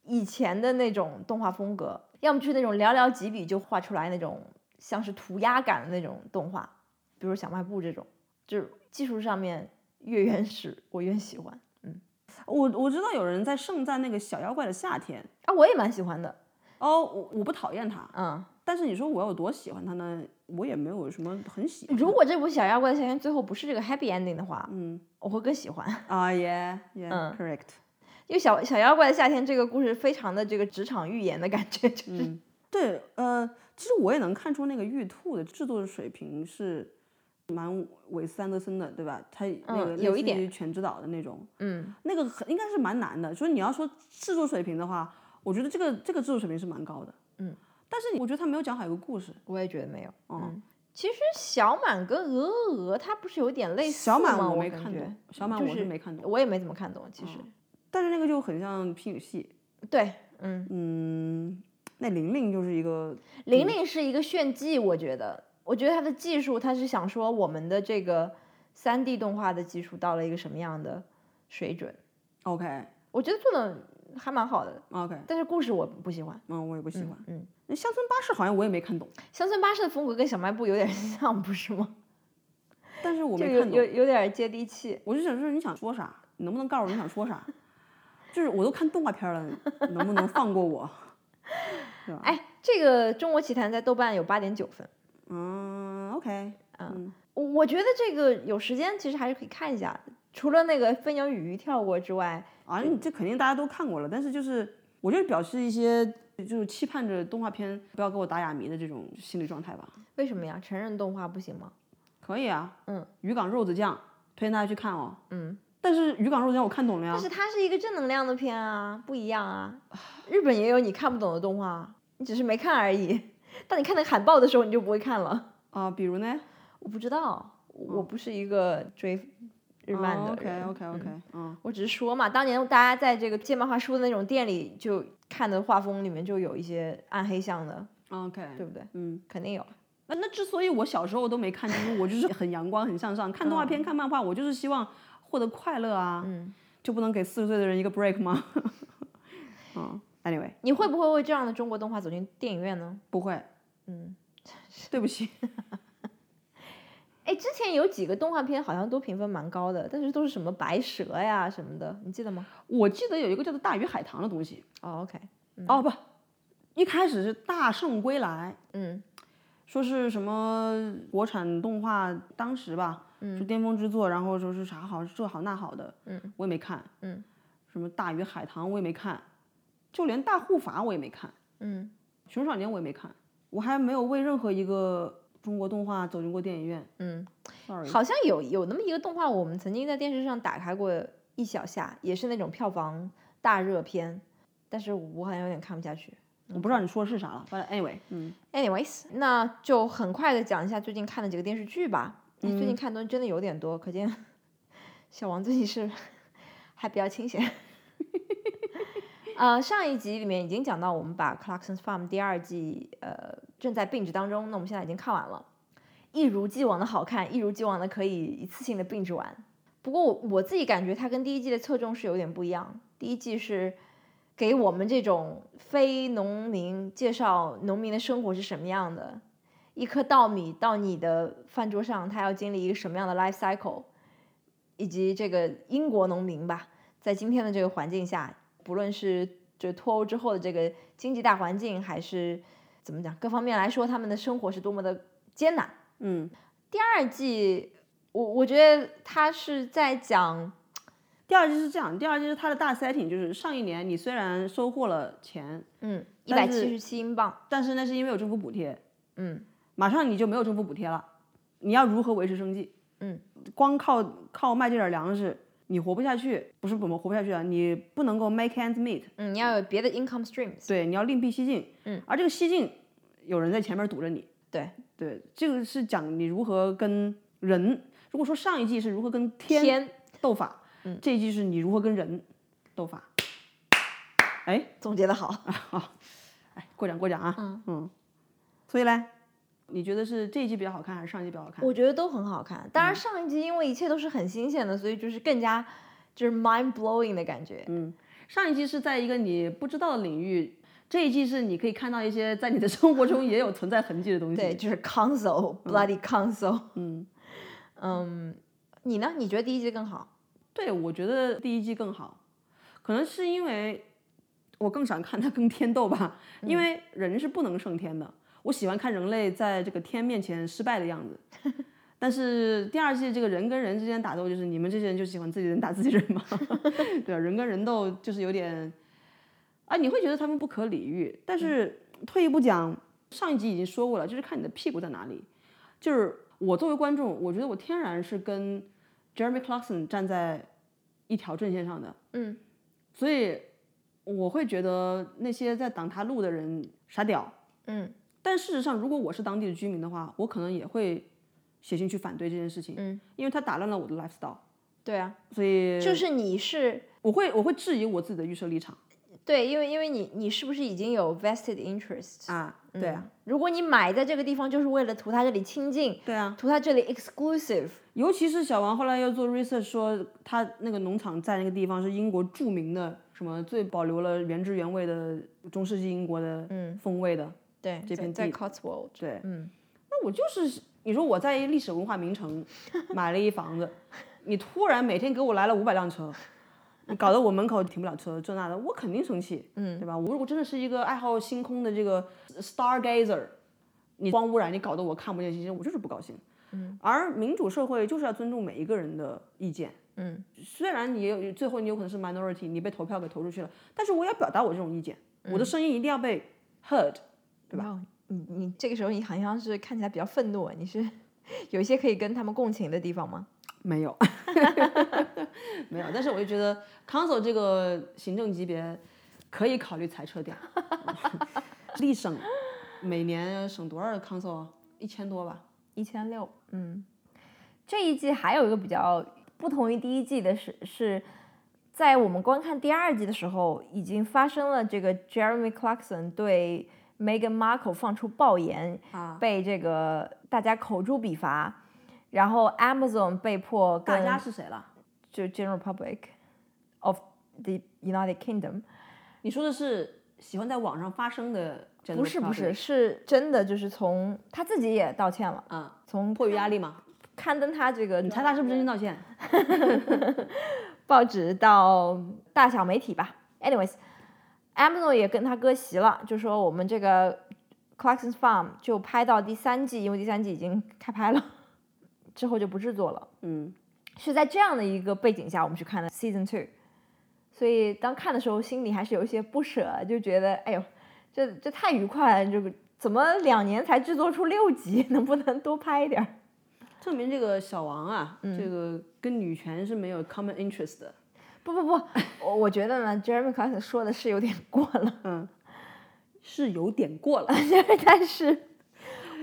Speaker 2: 以前的那种动画风格，要么就是那种寥寥几笔就画出来那种像是涂鸦感的那种动画，比如小卖部这种，就是技术上面越原始我越喜欢。，
Speaker 1: 我我知道有人在盛赞那个小妖怪的夏天。
Speaker 2: 啊，我也蛮喜欢的，
Speaker 1: 哦，我我不讨厌他，
Speaker 2: 嗯。
Speaker 1: 但是你说我有多喜欢他呢？我也没有什么很喜欢。
Speaker 2: 如果这部小妖怪的夏天最后不是这个 happy ending 的话，
Speaker 1: 嗯
Speaker 2: 我会更喜欢，
Speaker 1: 啊耶耶
Speaker 2: 嗯
Speaker 1: correct
Speaker 2: 因为小小妖怪的夏天这个故事非常的这个职场寓言的感觉，就是
Speaker 1: 嗯对呃，其实我也能看出那个玉兔的制作水平是蛮韦斯安德森的，对吧？他那个
Speaker 2: 嗯有一点
Speaker 1: 全指导的那种，
Speaker 2: 嗯
Speaker 1: 那个很应该是蛮难的。就是你要说制作水平的话，我觉得这个这个制作水平是蛮高的。嗯，但是我觉得他没有讲好一个故事。
Speaker 2: 我也觉得没有。嗯，其实小满跟鹅鹅鹅它不是有点类似
Speaker 1: 小满
Speaker 2: 吗？
Speaker 1: 我
Speaker 2: 我
Speaker 1: 没
Speaker 2: 感
Speaker 1: 看
Speaker 2: 觉
Speaker 1: 懂，小满
Speaker 2: 就
Speaker 1: 我是
Speaker 2: 是
Speaker 1: 没看懂，嗯
Speaker 2: 我也没怎么看懂，其实。
Speaker 1: 但是那个就很像皮影戏。
Speaker 2: 对，嗯，
Speaker 1: 嗯，那玲玲就是一个
Speaker 2: 玲玲是一个炫技，我觉得，我觉得她的技术，她是想说我们的这个三 D 动画的技术到了一个什么样的水准，
Speaker 1: OK
Speaker 2: 我觉得做的还蛮好的，
Speaker 1: OK，
Speaker 2: 但是故事我不喜欢。
Speaker 1: 嗯，我也不喜欢。
Speaker 2: 嗯，
Speaker 1: 那乡村巴士好像我也没看懂，
Speaker 2: 乡村巴士的风格跟小卖部有点 像，不是吗？
Speaker 1: 但是我
Speaker 2: 就
Speaker 1: 没
Speaker 2: 有
Speaker 1: 看
Speaker 2: 有
Speaker 1: 懂，
Speaker 2: 有点接地气。
Speaker 1: 我就想说你想说啥，你能不能告诉我你想说啥？就是我都看动画片了，你能不能放过我？
Speaker 2: 哎，这个《中国奇谭》在豆瓣有八点九分，
Speaker 1: 嗯，OK，
Speaker 2: 我我觉得这个有时间其实还是可以看一下的。除了那个飞鸟与鱼跳过之外，
Speaker 1: 啊，你这肯定大家都看过了，但是就是我就是表示一些就是期盼着动画片不要给我打哑谜的这种心理状态吧。
Speaker 2: 为什么呀？成人动画不行吗？
Speaker 1: 可以啊，
Speaker 2: 嗯，
Speaker 1: 渔港肉子酱推荐大家去看哦。
Speaker 2: 嗯，
Speaker 1: 但是渔港肉子酱我看懂了呀
Speaker 2: 但，是它是一个正能量的片啊，不一样啊。日本也有你看不懂的动画，你只是没看而已。当你看那个海报的时候，你就不会看了。嗯
Speaker 1: 啊、比如呢？
Speaker 2: 我不知道，我不是一个追日漫的人。
Speaker 1: 哦 OK OK OK，嗯
Speaker 2: 哦我只是说嘛，当年大家在这个借漫画书的那种店里，就看的画风里面就有一些暗黑向的，
Speaker 1: ，OK，
Speaker 2: 对不对？
Speaker 1: 嗯，
Speaker 2: 肯定有。
Speaker 1: 那那之所以我小时候都没看，就是我就是很阳光、很向上，看动画片、看漫画，我就是希望获得快乐啊，
Speaker 2: 嗯，
Speaker 1: 就不能给四十岁的人一个 break 吗？ 嗯，anyway，
Speaker 2: 你会不会为这样的中国动画走进电影院呢？
Speaker 1: 不会，
Speaker 2: 嗯，
Speaker 1: 对不起，
Speaker 2: 哎，之前有几个动画片好像都评分蛮高的，但是都是什么白蛇呀什么的，你记得吗？
Speaker 1: 我记得有一个叫做《大鱼海棠》的东西，
Speaker 2: 哦，OK，
Speaker 1: 哦不，一开始是《大圣归来》，
Speaker 2: 嗯
Speaker 1: 说是什么国产动画当时吧，是巅峰之作，然后说是啥好这好那好的，嗯，我也没看，
Speaker 2: 嗯，
Speaker 1: 什么《大鱼海棠》我也没看，就连《大护法》我也没看，
Speaker 2: 嗯，
Speaker 1: 《熊少年》我也没看，我还没有为任何一个中国动画走进过电影院，
Speaker 2: 嗯，
Speaker 1: sorry，
Speaker 2: 好像有有那么一个动画，我们曾经在电视上打开过一小下，也是那种票房大热片，但是我好像有点看不下去。
Speaker 1: 我不知道你说的是啥了，反正 anyway，嗯，
Speaker 2: Anyways，那就很快的讲一下最近看的几个电视剧吧。哎最近看的东西真的有点多，可见小王最近是还比较清闲。呃，上一集里面已经讲到，我们把《Clarkson's Farm》第二季呃正在并制当中，那我们现在已经看完了，一如既往的好看，一如既往的可以一次性的并制完。不过我我自己感觉它跟第一季的侧重是有点不一样，第一季是给我们这种非农民介绍农民的生活是什么样的，一颗稻米到你的饭桌上，他要经历一个什么样的 life cycle，以及这个英国农民吧，在今天的这个环境下，不论是就脱欧之后的这个经济大环境，还是怎么讲，各方面来说，他们的生活是多么的艰难。
Speaker 1: 嗯，
Speaker 2: 第二季，我我觉得他是在讲，
Speaker 1: 第二季是这样，第二季是它的大 setting，就是上一年你虽然收获了钱，
Speaker 2: 嗯，一百
Speaker 1: 但是
Speaker 2: 七十七英镑，
Speaker 1: 但是那是因为有政府补贴，
Speaker 2: 嗯
Speaker 1: 马上你就没有政府补贴了，你要如何维持生计？
Speaker 2: 嗯，
Speaker 1: 光靠靠卖这点粮食，你活不下去，不是怎么活不下去啊，你不能够 make ends meet，
Speaker 2: 嗯，你要有别的 income streams。
Speaker 1: 对，你要另辟蹊径，
Speaker 2: 嗯，
Speaker 1: 而这个蹊径，有人在前面堵着你，
Speaker 2: 对
Speaker 1: 对，这个是讲你如何跟人，如果说上一季是如何跟天斗法，嗯，这一季是你如何跟人斗法，哎，
Speaker 2: 总结的好，
Speaker 1: 哎，过奖过奖啊，嗯所以嘞，你觉得是这一季比较好看，还是上一季比较好看？
Speaker 2: 我觉得都很好看。
Speaker 1: 嗯
Speaker 2: 当然上一季因为一切都是很新鲜的，所以就是更加就是 mind blowing 的感
Speaker 1: 嗯
Speaker 2: 觉。
Speaker 1: 上一季是在一个你不知道的领域，这一季是你可以看到一些在你的生活中也有存在痕迹的东西。
Speaker 2: 对，，就是 console bloody console。
Speaker 1: 嗯，
Speaker 2: 嗯，你呢？你觉得第一季更好？
Speaker 1: 对，我觉得第一季更好，可能是因为我更想看它跟天斗吧，因为人是不能胜天的。我喜欢看人类在这个天面前失败的样子。但是第二季这个人跟人之间打斗，就是你们这些人就喜欢自己人打自己人嘛，对啊，人跟人斗就是有点，啊，你会觉得他们不可理喻。但是退一步讲，上一集已经说过了，就是看你的屁股在哪里。就是我作为观众，我觉得我天然是跟 Jeremy Clarkson 站在一条阵线上的，
Speaker 2: 嗯，
Speaker 1: 所以我会觉得那些在挡他路的人傻屌。
Speaker 2: 嗯
Speaker 1: 但事实上，如果我是当地的居民的话，我可能也会写信去反对这件事情，
Speaker 2: 嗯，
Speaker 1: 因为他打乱了我的 lifestyle，
Speaker 2: 对啊，
Speaker 1: 所以
Speaker 2: 就是你是
Speaker 1: 我会我会质疑我自己的预设立场
Speaker 2: 对，因为因为你你是不是已经有 vested interest？
Speaker 1: 啊，对啊，
Speaker 2: 嗯，如果你买在这个地方就是为了图它这里清静，
Speaker 1: 对啊，
Speaker 2: 图它这里 exclusive，
Speaker 1: 尤其是小王后来又做 research 说，他那个农场在那个地方是英国著名的什么最保留了原汁原味的中世纪英国的
Speaker 2: 嗯
Speaker 1: 风味的。
Speaker 2: 对，
Speaker 1: 这片
Speaker 2: 在
Speaker 1: 地
Speaker 2: 在 Cotswold，
Speaker 1: 对
Speaker 2: 嗯，
Speaker 1: 那我就是你说我在一历史文化名 城买了一房子，你突然每天给我来了五百辆车，你搞得我门口停不了车，这那的，我肯定生气，嗯，对吧？我如果真的是一个爱好星空的这个 stargazer，你光污染，你搞得我看不见星星，我就是不高兴。嗯，而民主社会就是要尊重每一个人的意见。
Speaker 2: 嗯，
Speaker 1: 虽然你有最后你有可能是 minority，你被投票给投出去了，但是我也要表达我这种意见，我的声音一定要被 heard。
Speaker 2: 对吧？你你这个时候你好像是看起来比较愤怒，啊你是 有一些可以跟他们共情的地方吗？
Speaker 1: 没 有，没有。但是我就觉得 council 这个行政级别可以考虑裁撤掉。 历省每年省多少 council 啊？一千多吧。
Speaker 2: 一千六，嗯，这一季还有一个比较不同于第一季的是是。在我们观看第二季的时候，已经发生了这个 Jeremy Clarkson 对 Meghan Markle 放出暴言，
Speaker 1: 啊，
Speaker 2: 被这个大家口诛笔伐，然后 Amazon 被迫跟
Speaker 1: 大家是谁了？
Speaker 2: 就 General Public of the United Kingdom，
Speaker 1: 你说的是喜欢在网上发声的？
Speaker 2: 不是不是，是真的就是从他自己也道歉了，
Speaker 1: 啊，
Speaker 2: 从
Speaker 1: 迫于压力嘛。
Speaker 2: 刊登他这个
Speaker 1: 你猜他是不是真心道歉？
Speaker 2: 报纸到大小媒体吧。Anyways，Amazon 也跟他割席了，就说我们这个 Clarkson Farm 就拍到第三季，因为第三季已经开拍了， 之后就不制作了。
Speaker 1: 嗯，
Speaker 2: 是在这样的一个背景下，我们去看了 Season Two，所以当看的时候，心里还是有一些不舍，就觉得哎呦，这这太愉快了，这个怎么两年才制作出六集，能不能多拍一点儿？
Speaker 1: 证明这个小王啊，
Speaker 2: 嗯
Speaker 1: 这个跟女权是没有 common interest 的。
Speaker 2: 不不不，我我觉得呢，Jeremy Clarkson 说的是有点过了，
Speaker 1: 嗯，是有点过了。
Speaker 2: 啊 但是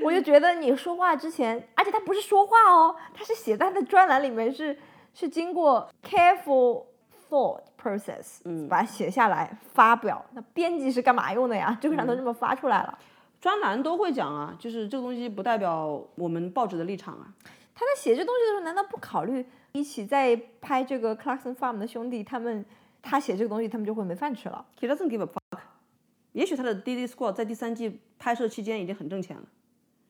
Speaker 2: 我就觉得你说话之前，而且他不是说话哦，他是写在他的专栏里面是，是经过 careful thought process，
Speaker 1: 嗯
Speaker 2: 把它写下来发表。那编辑是干嘛用的呀？这个上都这么发出来了，
Speaker 1: 专栏都会讲啊，就是这个东西不代表我们报纸的立场啊。
Speaker 2: 他在写这东西的时候，难道不考虑一起在拍这个 Clarkson Farm 的兄弟他们？他写这个东西，他们就会没饭吃了。
Speaker 1: He doesn't give a fuck。也许他的《d d Squad》在第三季拍摄期间已经很挣钱了。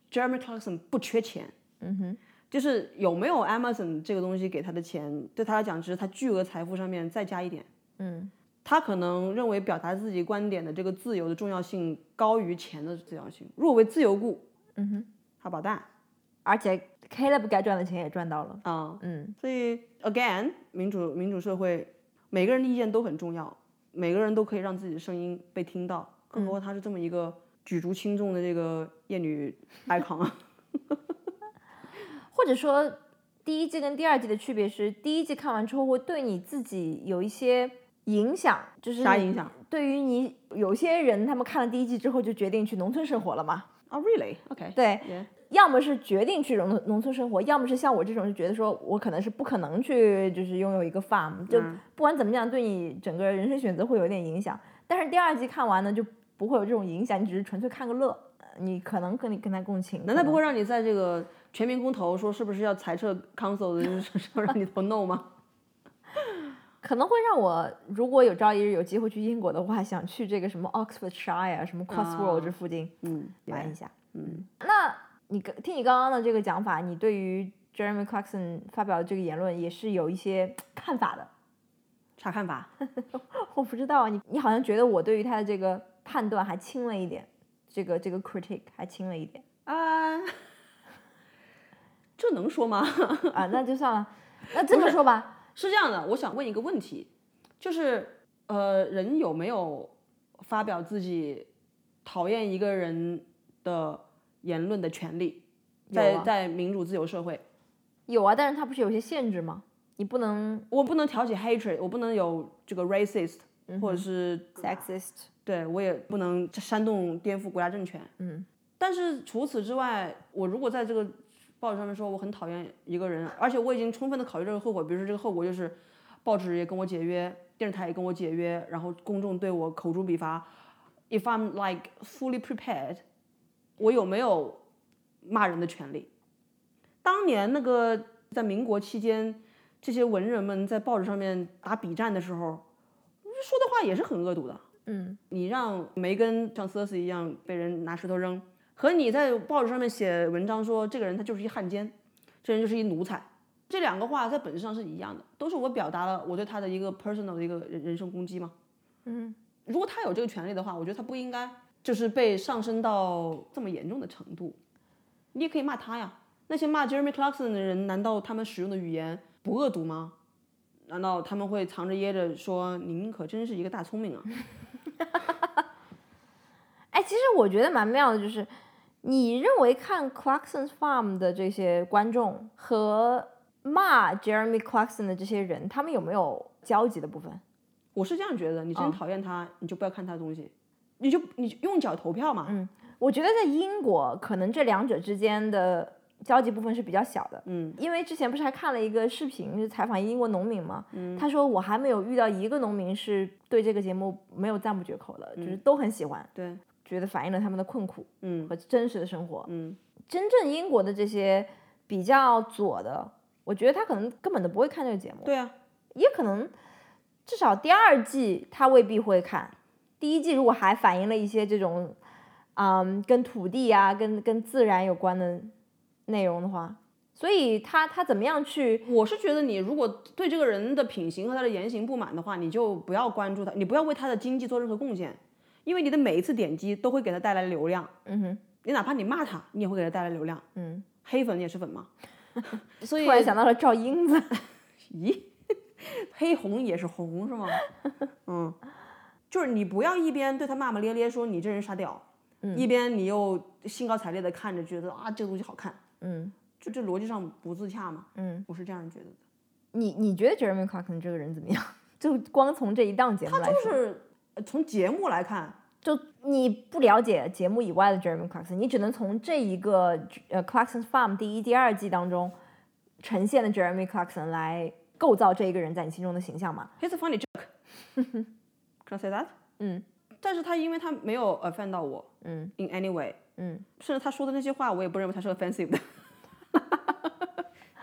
Speaker 1: Jeremy Clarkson 不缺钱，
Speaker 2: 嗯哼，
Speaker 1: 就是有没有 Amazon 这个东西给他的钱，对他来讲只是他巨额财富上面再加一点。
Speaker 2: 嗯，
Speaker 1: 他可能认为表达自己观点的这个自由的重要性高于钱的重要性。若为自由故，
Speaker 2: 嗯哼，
Speaker 1: 他捣蛋
Speaker 2: 而且 Caleb 该赚的钱也赚到了。
Speaker 1: 啊。
Speaker 2: 嗯
Speaker 1: 所以，again，民主民主社会，每个人的意见都很重要，每个人都可以让自己的声音被听到，更何况她是这么一个举足轻重的这个艳 女 icon 啊。
Speaker 2: 或者说第一季跟第二季的区别是，第一季看完之后会对你自己有一些影响，就是
Speaker 1: 啥
Speaker 2: 你
Speaker 1: 影响？
Speaker 2: 对于你有些人，他们看了第一季之后就决定去农村生活了嘛？
Speaker 1: 啊、r e a l l y o k
Speaker 2: 对，
Speaker 1: Yeah
Speaker 2: 要么是决定去农农村生活，要么是像我这种就觉得说我可能是不可能去就是拥有一个 farm，就
Speaker 1: 嗯
Speaker 2: 不管怎么样，对你整个人生选择会有点影响。但是第二季看完呢，就不会有这种影响，你只是纯粹看个乐，呃你可能跟你跟他共情。
Speaker 1: 难道不
Speaker 2: 可能
Speaker 1: 会让你在这个全民公投说是不是要裁撤 council 的时候让你投 no 吗？
Speaker 2: 可能会让我如果有朝一日有机会去英国的话，想去这个什么 Oxfordshire、什么啊 Crossroad 这附近
Speaker 1: 嗯，
Speaker 2: 玩一下。
Speaker 1: 嗯，
Speaker 2: 那你跟听你刚刚的这个讲法，你对于 Jeremy Clarkson 发表的这个言论也是有一些看法的。
Speaker 1: 啥看法？
Speaker 2: 我不知道啊你，你好像觉得我对于他的这个判断还轻了一点，这个这个 critic 还轻了一点
Speaker 1: 啊， 这能说吗？
Speaker 2: 啊，那就算了。那这么说吧，
Speaker 1: 是这样的，我想问一个问题，就是呃，人有没有发表自己讨厌一个人的言论的权利？在、
Speaker 2: 有啊
Speaker 1: 在民主自由社会，
Speaker 2: 有啊，但是他不是有些限制吗？你不能
Speaker 1: 我不能挑起 hatred，我不能有这个 racist，
Speaker 2: 嗯
Speaker 1: 或者是
Speaker 2: sexist，
Speaker 1: 对我也不能煽动颠覆国家政权。
Speaker 2: 嗯，
Speaker 1: 但是除此之外，我如果在这个报纸上面说我很讨厌一个人，而且我已经充分的考虑这个后果，比如说这个后果就是报纸也跟我解约，电视台也跟我解约，然后公众对我口诛笔伐。If I'm like fully prepared，我有没有骂人的权利？当年那个在民国期间，这些文人们在报纸上面打比战的时候，说的话也是很恶毒的。
Speaker 2: 嗯，
Speaker 1: 你让梅根像 c e r s 一样被人拿石头扔，和你在报纸上面写文章说这个人他就是一汉奸，这人就是一奴才，这两个话在本质上是一样的，都是我表达了我对他的一个 personal 的一个人人身攻击嘛。
Speaker 2: 嗯，
Speaker 1: 如果他有这个权利的话，我觉得他不应该就是被上升到这么严重的程度。你也可以骂他呀，那些骂 Jeremy Clarkson 的人，难道他们使用的语言不恶毒吗？难道他们会藏着掖着说您可真是一个大聪明啊？
Speaker 2: 哎，其实我觉得蛮妙的，就是你认为看 Clarkson Farm 的这些观众和骂 Jeremy Clarkson 的这些人，他们有没有交集的部分？
Speaker 1: 我是这样觉得，你真讨厌他，你就不要看他的东西，你就你就用脚投票嘛。嗯
Speaker 2: 我觉得在英国，可能这两者之间的交集部分是比较小的。
Speaker 1: 嗯，
Speaker 2: 因为之前不是还看了一个视频，就是采访英国农民嘛，他说我还没有遇到一个农民是对这个节目没有赞不绝口的，就是都很喜欢，
Speaker 1: 对，
Speaker 2: 觉得反映了他们的困苦
Speaker 1: 嗯
Speaker 2: 和真实的生活。
Speaker 1: 嗯，
Speaker 2: 真正英国的这些比较左的，我觉得他可能根本都不会看这个节目，
Speaker 1: 对啊，
Speaker 2: 也可能至少第二季他未必会看。第一季如果还反映了一些这种，嗯，跟土地啊、跟跟自然有关的内容的话，所以他他怎么样去
Speaker 1: 我是觉得你如果对这个人的品行和他的言行不满的话，你就不要关注他，你不要为他的经济做任何贡献，因为你的每一次点击都会给他带来流量，
Speaker 2: 嗯哼，
Speaker 1: 你哪怕你骂他，你也会给他带来流量。
Speaker 2: 嗯，
Speaker 1: 黑粉也是粉嘛，所以
Speaker 2: 突然想到了赵英子，
Speaker 1: 咦，黑红也是红是吗？ 嗯，就是你不要一边对他骂骂咧咧说你这人傻屌，一边你又兴高采烈的看着，觉得啊这个东西好看，
Speaker 2: 嗯
Speaker 1: 就这逻辑上不自洽嘛。
Speaker 2: 嗯，
Speaker 1: 我是这样觉得的。
Speaker 2: 你你觉得 Jeremy Clarkson 这个人怎么样？ 就光从这一档节目来
Speaker 1: 就
Speaker 2: 说，
Speaker 1: 是呃从节目来看，
Speaker 2: 就你不了解节目以外的 Jeremy Clarkson，你只能从这一个呃 Clarkson Farm 第一、第二季当中呈现的 Jeremy Clarkson 来构造这一个人在你心中的形象嘛？
Speaker 1: he's a funny joke 。Can I say that？
Speaker 2: 嗯
Speaker 1: 但是他因为他没有 offend 到我
Speaker 2: 嗯
Speaker 1: in any way，
Speaker 2: 嗯，
Speaker 1: 甚至他说的那些话，我也不认为他是 offensive 的。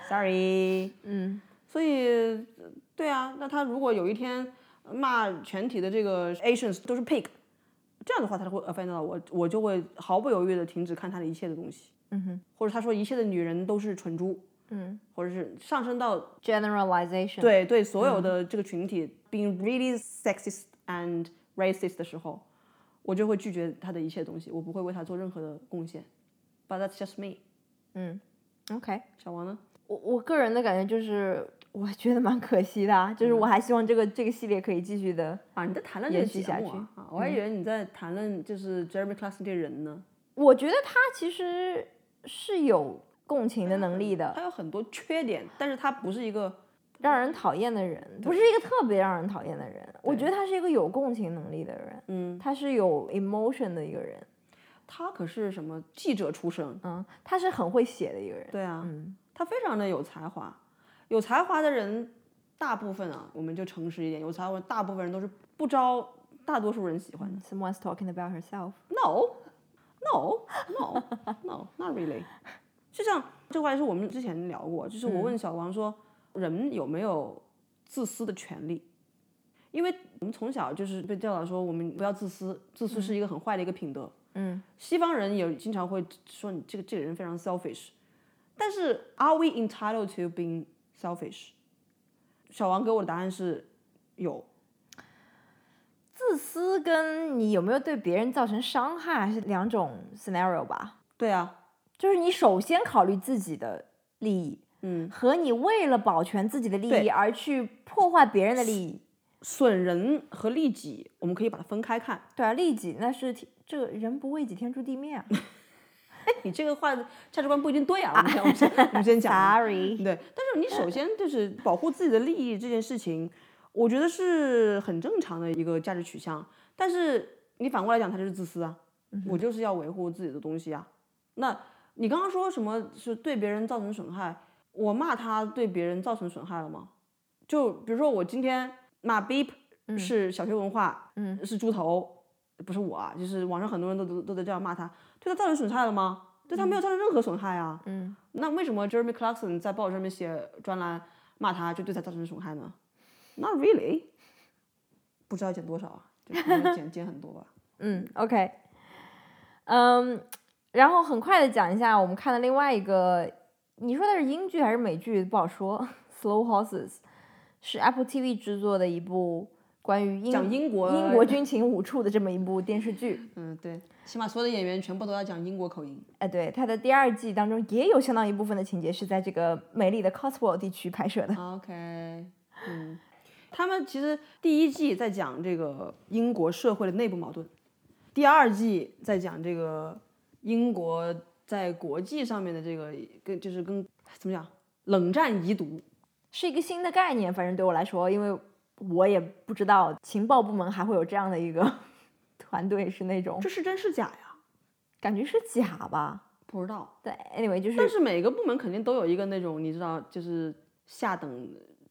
Speaker 1: Sorry。
Speaker 2: 嗯，
Speaker 1: 所以，呃对啊，那他如果有一天骂全体的这个 Asians 都是 pig，这样的话，他会 offend 到我，我就会毫不犹豫的停止看他的一切的东西。
Speaker 2: 嗯哼，
Speaker 1: 或者他说一切的女人都是蠢猪，
Speaker 2: 嗯，
Speaker 1: 或者是上升到
Speaker 2: generalization，，
Speaker 1: 对对所
Speaker 2: 嗯
Speaker 1: 有的这个群体、being really sexist and racist 的时候，我就会拒绝他的一切东西，我不会为他做任何的贡献。But that's just me。
Speaker 2: 嗯，OK，
Speaker 1: 小王呢？
Speaker 2: 我我个人的感觉就是，我觉得蛮可惜的、啊，就是我还希望这个、这个系列可以继续的。
Speaker 1: 啊，你在谈论这个
Speaker 2: 延续
Speaker 1: 节
Speaker 2: 下嗯
Speaker 1: 目啊啊我还以为你在谈论就是 Jeremy Clarkson 这人呢。
Speaker 2: 我觉得他其实是有共情的能力的，
Speaker 1: 他有很多缺点，但是他不是一个
Speaker 2: 让人讨厌的人，不是一个特别让人讨厌的人。我觉得他是一个有共情能力的人，
Speaker 1: 嗯，
Speaker 2: 他是有 emotion 的一个人，
Speaker 1: 他可是什么记者出身，
Speaker 2: 嗯，他是很会写的一个人，
Speaker 1: 对啊，
Speaker 2: 嗯
Speaker 1: 他非常的有才华。有才华的人，大部分啊，我们就诚实一点，有才华大部分人都是不招大多数人喜欢的。
Speaker 2: ，someone's talking about herself，
Speaker 1: No, no, no, no, not really。就 像这个话题是我们之前聊过，就是我
Speaker 2: 嗯
Speaker 1: 问小王说，人有没有自私的权利？因为我们从小就是被教导说，我们不要自私，自私是一个很坏的一个品德。
Speaker 2: 嗯，
Speaker 1: 西方人也经常会说你这个这个人非常 selfish，但是 are we entitled to being selfish？小王给我的答案是有，
Speaker 2: 自私跟你有没有对别人造成伤害是两种 scenario 吧，
Speaker 1: 对啊，
Speaker 2: 就是你首先考虑自己的利益，
Speaker 1: 嗯，
Speaker 2: 和你为了保全自己的利
Speaker 1: 对
Speaker 2: 益而去破坏别人的利益，
Speaker 1: 损人和利己我们可以把它分开看。
Speaker 2: 对啊，利己那是天这个人不为己，天诛地灭啊。
Speaker 1: 你这个话价值观不一定对啊，我们先我们先我们先讲啊。
Speaker 2: Sorry，
Speaker 1: 对，但是你首先就是保护自己的利益这件事情，我觉得是很正常的一个价值取向。但是你反过来讲，他就是自私啊，我就是要维护自己的东西啊。那你刚刚说什么是对别人造成损害？我骂他对别人造成损害了吗？就比如说我今天骂 Beep 是小学文化，嗯，是猪头，不是我啊，就是网上很多人都都都在这样骂他，对他造成损害了吗？对他没有造成任何损害啊。
Speaker 2: 嗯，
Speaker 1: 那为什么 Jeremy Clarkson 在报纸上面写专栏骂他，就对他造成损害呢？Not really，不知道减多少啊，就可能减减很多吧。
Speaker 2: 嗯，OK，嗯，然后很快的讲一下我们看的另外一个，你说它是英剧还是美剧不好说，《Slow Horses》是 Apple TV 制作的一部关 于英
Speaker 1: 讲英国，
Speaker 2: 英国，军情五处的这么一部电视剧。
Speaker 1: 嗯，对，起码所有的演员全部都要讲英国口音。
Speaker 2: 哎，对，它的第二季当中也有相当一部分的情节是在这个美丽的 Cotswold 地区拍摄的。
Speaker 1: OK，嗯，他们其实第一季在讲这个英国社会的内部矛盾，第二季在讲这个英国在国际上面的这个跟就是跟怎么讲冷战遗毒。
Speaker 2: 是一个新的概念，反正对我来说，因为我也不知道情报部门还会有这样的一个 团队，是那种
Speaker 1: 这是真是假呀？
Speaker 2: 感觉是假吧？
Speaker 1: 不知道。
Speaker 2: 对，anyway 就
Speaker 1: 但
Speaker 2: 是
Speaker 1: 是每个部门肯定都有一个那种你知道，就是下等，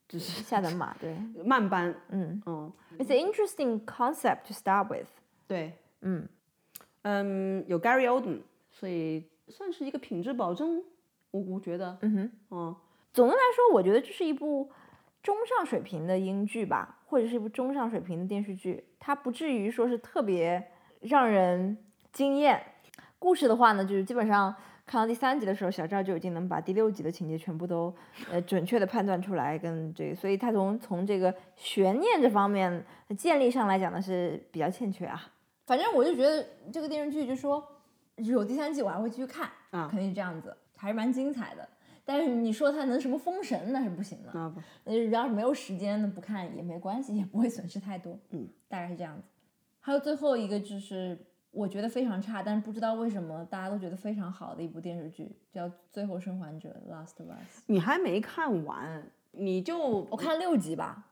Speaker 1: 就是
Speaker 2: 下等马，对，
Speaker 1: 慢班。
Speaker 2: 嗯
Speaker 1: 嗯，
Speaker 2: ，it's an interesting concept to start with，
Speaker 1: 对，
Speaker 2: 嗯，
Speaker 1: 嗯，有 Gary Oldman，所以算是一个品质保证，我我觉得，
Speaker 2: 嗯哼，
Speaker 1: 嗯，
Speaker 2: 总的来说，我觉得这是一部中上水平的英剧吧，或者是一部中上水平的电视剧，它不至于说是特别让人惊艳。故事的话呢，就是基本上看到第三集的时候，小赵就已经能把第六集的情节全部都呃准确的判断出来，跟这个，所以他从从这个悬念这方面建立上来讲呢是比较欠缺啊。反正我就觉得这个电视剧就说有第三季我还会继续看，
Speaker 1: 啊
Speaker 2: 肯定是这样子，还是蛮精彩的。但是你说它能什么封神那是不行的，
Speaker 1: 那不
Speaker 2: 那就呃要是没有时间的不看也没关系，也不会损失太多。
Speaker 1: 嗯，
Speaker 2: 大概是这样子。还有最后一个就是我觉得非常差，但是不知道为什么大家都觉得非常好的一部电视剧，叫《最后生还者》（Last of Us）。
Speaker 1: 你还没看完，你就
Speaker 2: 我看了六集吧，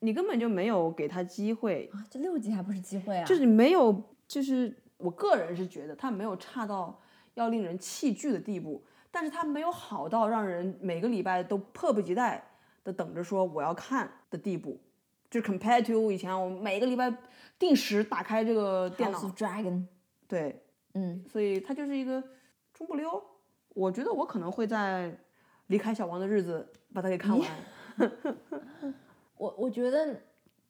Speaker 1: 你根本就没有给他机会，
Speaker 2: 啊，这六集还不是机会啊？
Speaker 1: 就是没有，就是我个人是觉得他没有差到要令人弃剧的地步，但是他没有好到让人每个礼拜都迫不及待的等着说我要看的地步。就 compared to 以前我每个礼拜定时打开这个电
Speaker 2: House
Speaker 1: 脑
Speaker 2: of，Dragon。
Speaker 1: 对，
Speaker 2: 嗯，
Speaker 1: 所以它就是一个中不溜。我觉得我可能会在离开小王的日子把它给看完。
Speaker 2: 我我觉得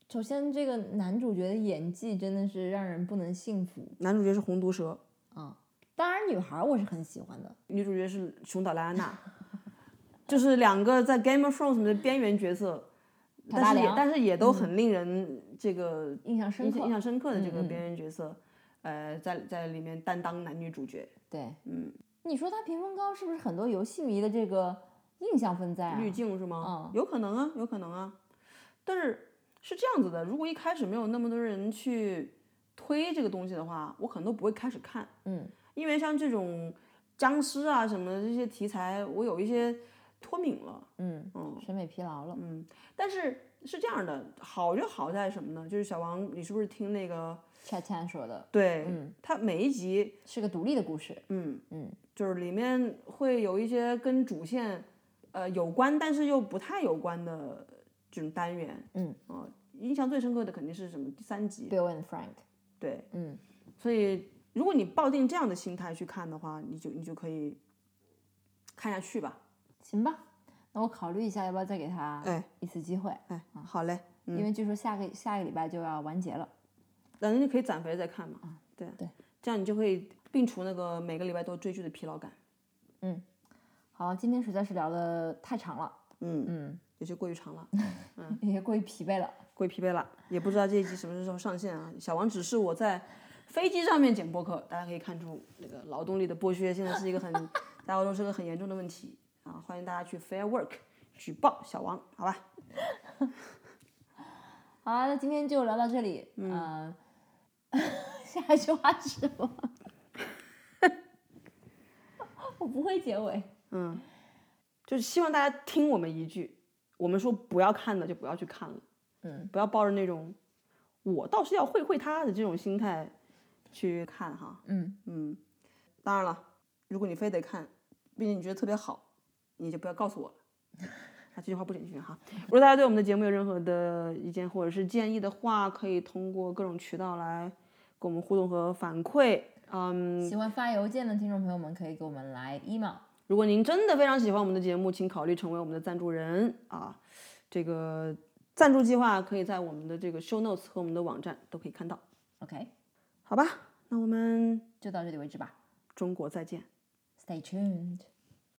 Speaker 2: 首先这个男主角的演技真的是让人不能信服
Speaker 1: 男主角是红毒蛇，
Speaker 2: 啊。当然，女孩儿我是很喜欢的，
Speaker 1: 女主角是熊岛莱安娜， 就是两个在 Game of Thrones 里面的边缘角色，但
Speaker 2: 塔大
Speaker 1: 是也
Speaker 2: 梁嗯
Speaker 1: 但是也都很令人这个
Speaker 2: 印象
Speaker 1: 印
Speaker 2: 深刻。
Speaker 1: 象印象深刻的这个
Speaker 2: 嗯嗯
Speaker 1: 边缘角色，呃，在在里面担当男女主角，
Speaker 2: 对，
Speaker 1: 嗯，
Speaker 2: 你说它评分高，是不是很多游戏迷的这个印象分在啊？
Speaker 1: 滤镜是吗
Speaker 2: 嗯？
Speaker 1: 有可能啊，有可能啊，但是是这样子的，如果一开始没有那么多人去推这个东西的话，我可能都不会开始看。
Speaker 2: 嗯，
Speaker 1: 因为像这种僵尸啊什么的这些题材，我有一些脱敏了。
Speaker 2: 嗯
Speaker 1: 嗯
Speaker 2: 审美疲劳了。
Speaker 1: 嗯，但是是这样的，好就好在什么呢？就是小王，你是不是听那个？
Speaker 2: 恰恰说的
Speaker 1: 对，
Speaker 2: 嗯
Speaker 1: 他每一集，
Speaker 2: 是个独立的故事。
Speaker 1: 嗯
Speaker 2: 嗯，
Speaker 1: 就是里面会有一些跟主线，呃，有关但是又不太有关的这种单元。
Speaker 2: 嗯，
Speaker 1: 啊、印象最深刻的肯定是什么？第三集。
Speaker 2: Bill and Frank。
Speaker 1: 对，
Speaker 2: 嗯，
Speaker 1: 所以如果你抱定这样的心态去看的话，你就你就可以看下去吧。
Speaker 2: 行吧，那我考虑一下要不要再给他
Speaker 1: 哎
Speaker 2: 一次机会，
Speaker 1: 哎，好嘞，嗯
Speaker 2: 因为据说下个下个礼拜就要完结了。
Speaker 1: 反正你可以攒肥再看嘛。对啊
Speaker 2: 对，
Speaker 1: 这样你就会摒除那个每个礼拜都追剧的疲劳感。
Speaker 2: 好，今天实在是聊的太长了，
Speaker 1: 嗯，
Speaker 2: 嗯，
Speaker 1: 有些过于长了，嗯
Speaker 2: 也过于疲惫了。
Speaker 1: 过于疲惫了，也不知道这一集什么时候上线啊。小王只是我在飞机上面剪播客，大家可以看出那个劳动力的剥削现在是一个很 在澳洲是个很严重的问题啊，欢迎大家去 Fair Work 举报小王，好吧？
Speaker 2: 好啊，那今天就聊到这里。嗯、 下一句话是什么？ 我不会结尾。
Speaker 1: 嗯，就是希望大家听我们一句，我们说不要看的就不要去看了，嗯，不要抱着那种我倒是要会会他的这种心态去看哈。
Speaker 2: 嗯
Speaker 1: 嗯，当然了，如果你非得看，并且你觉得特别好，你就不要告诉我了。 啊，这句话不准确哈。如果大家对我们的节目有任何的意见或者是建议的话，可以通过各种渠道来跟我们互动和反馈。嗯，
Speaker 2: 喜欢发邮件的听众朋友们可以给我们来 email。
Speaker 1: 如果您真的非常喜欢我们的节目，请考虑成为我们的赞助人啊。这个赞助计划可以在我们的这个 show notes 和我们的网站都可以看到，
Speaker 2: OK，
Speaker 1: 好吧？那我们
Speaker 2: 就到这里为止吧。
Speaker 1: 中国再见。
Speaker 2: Stay tuned。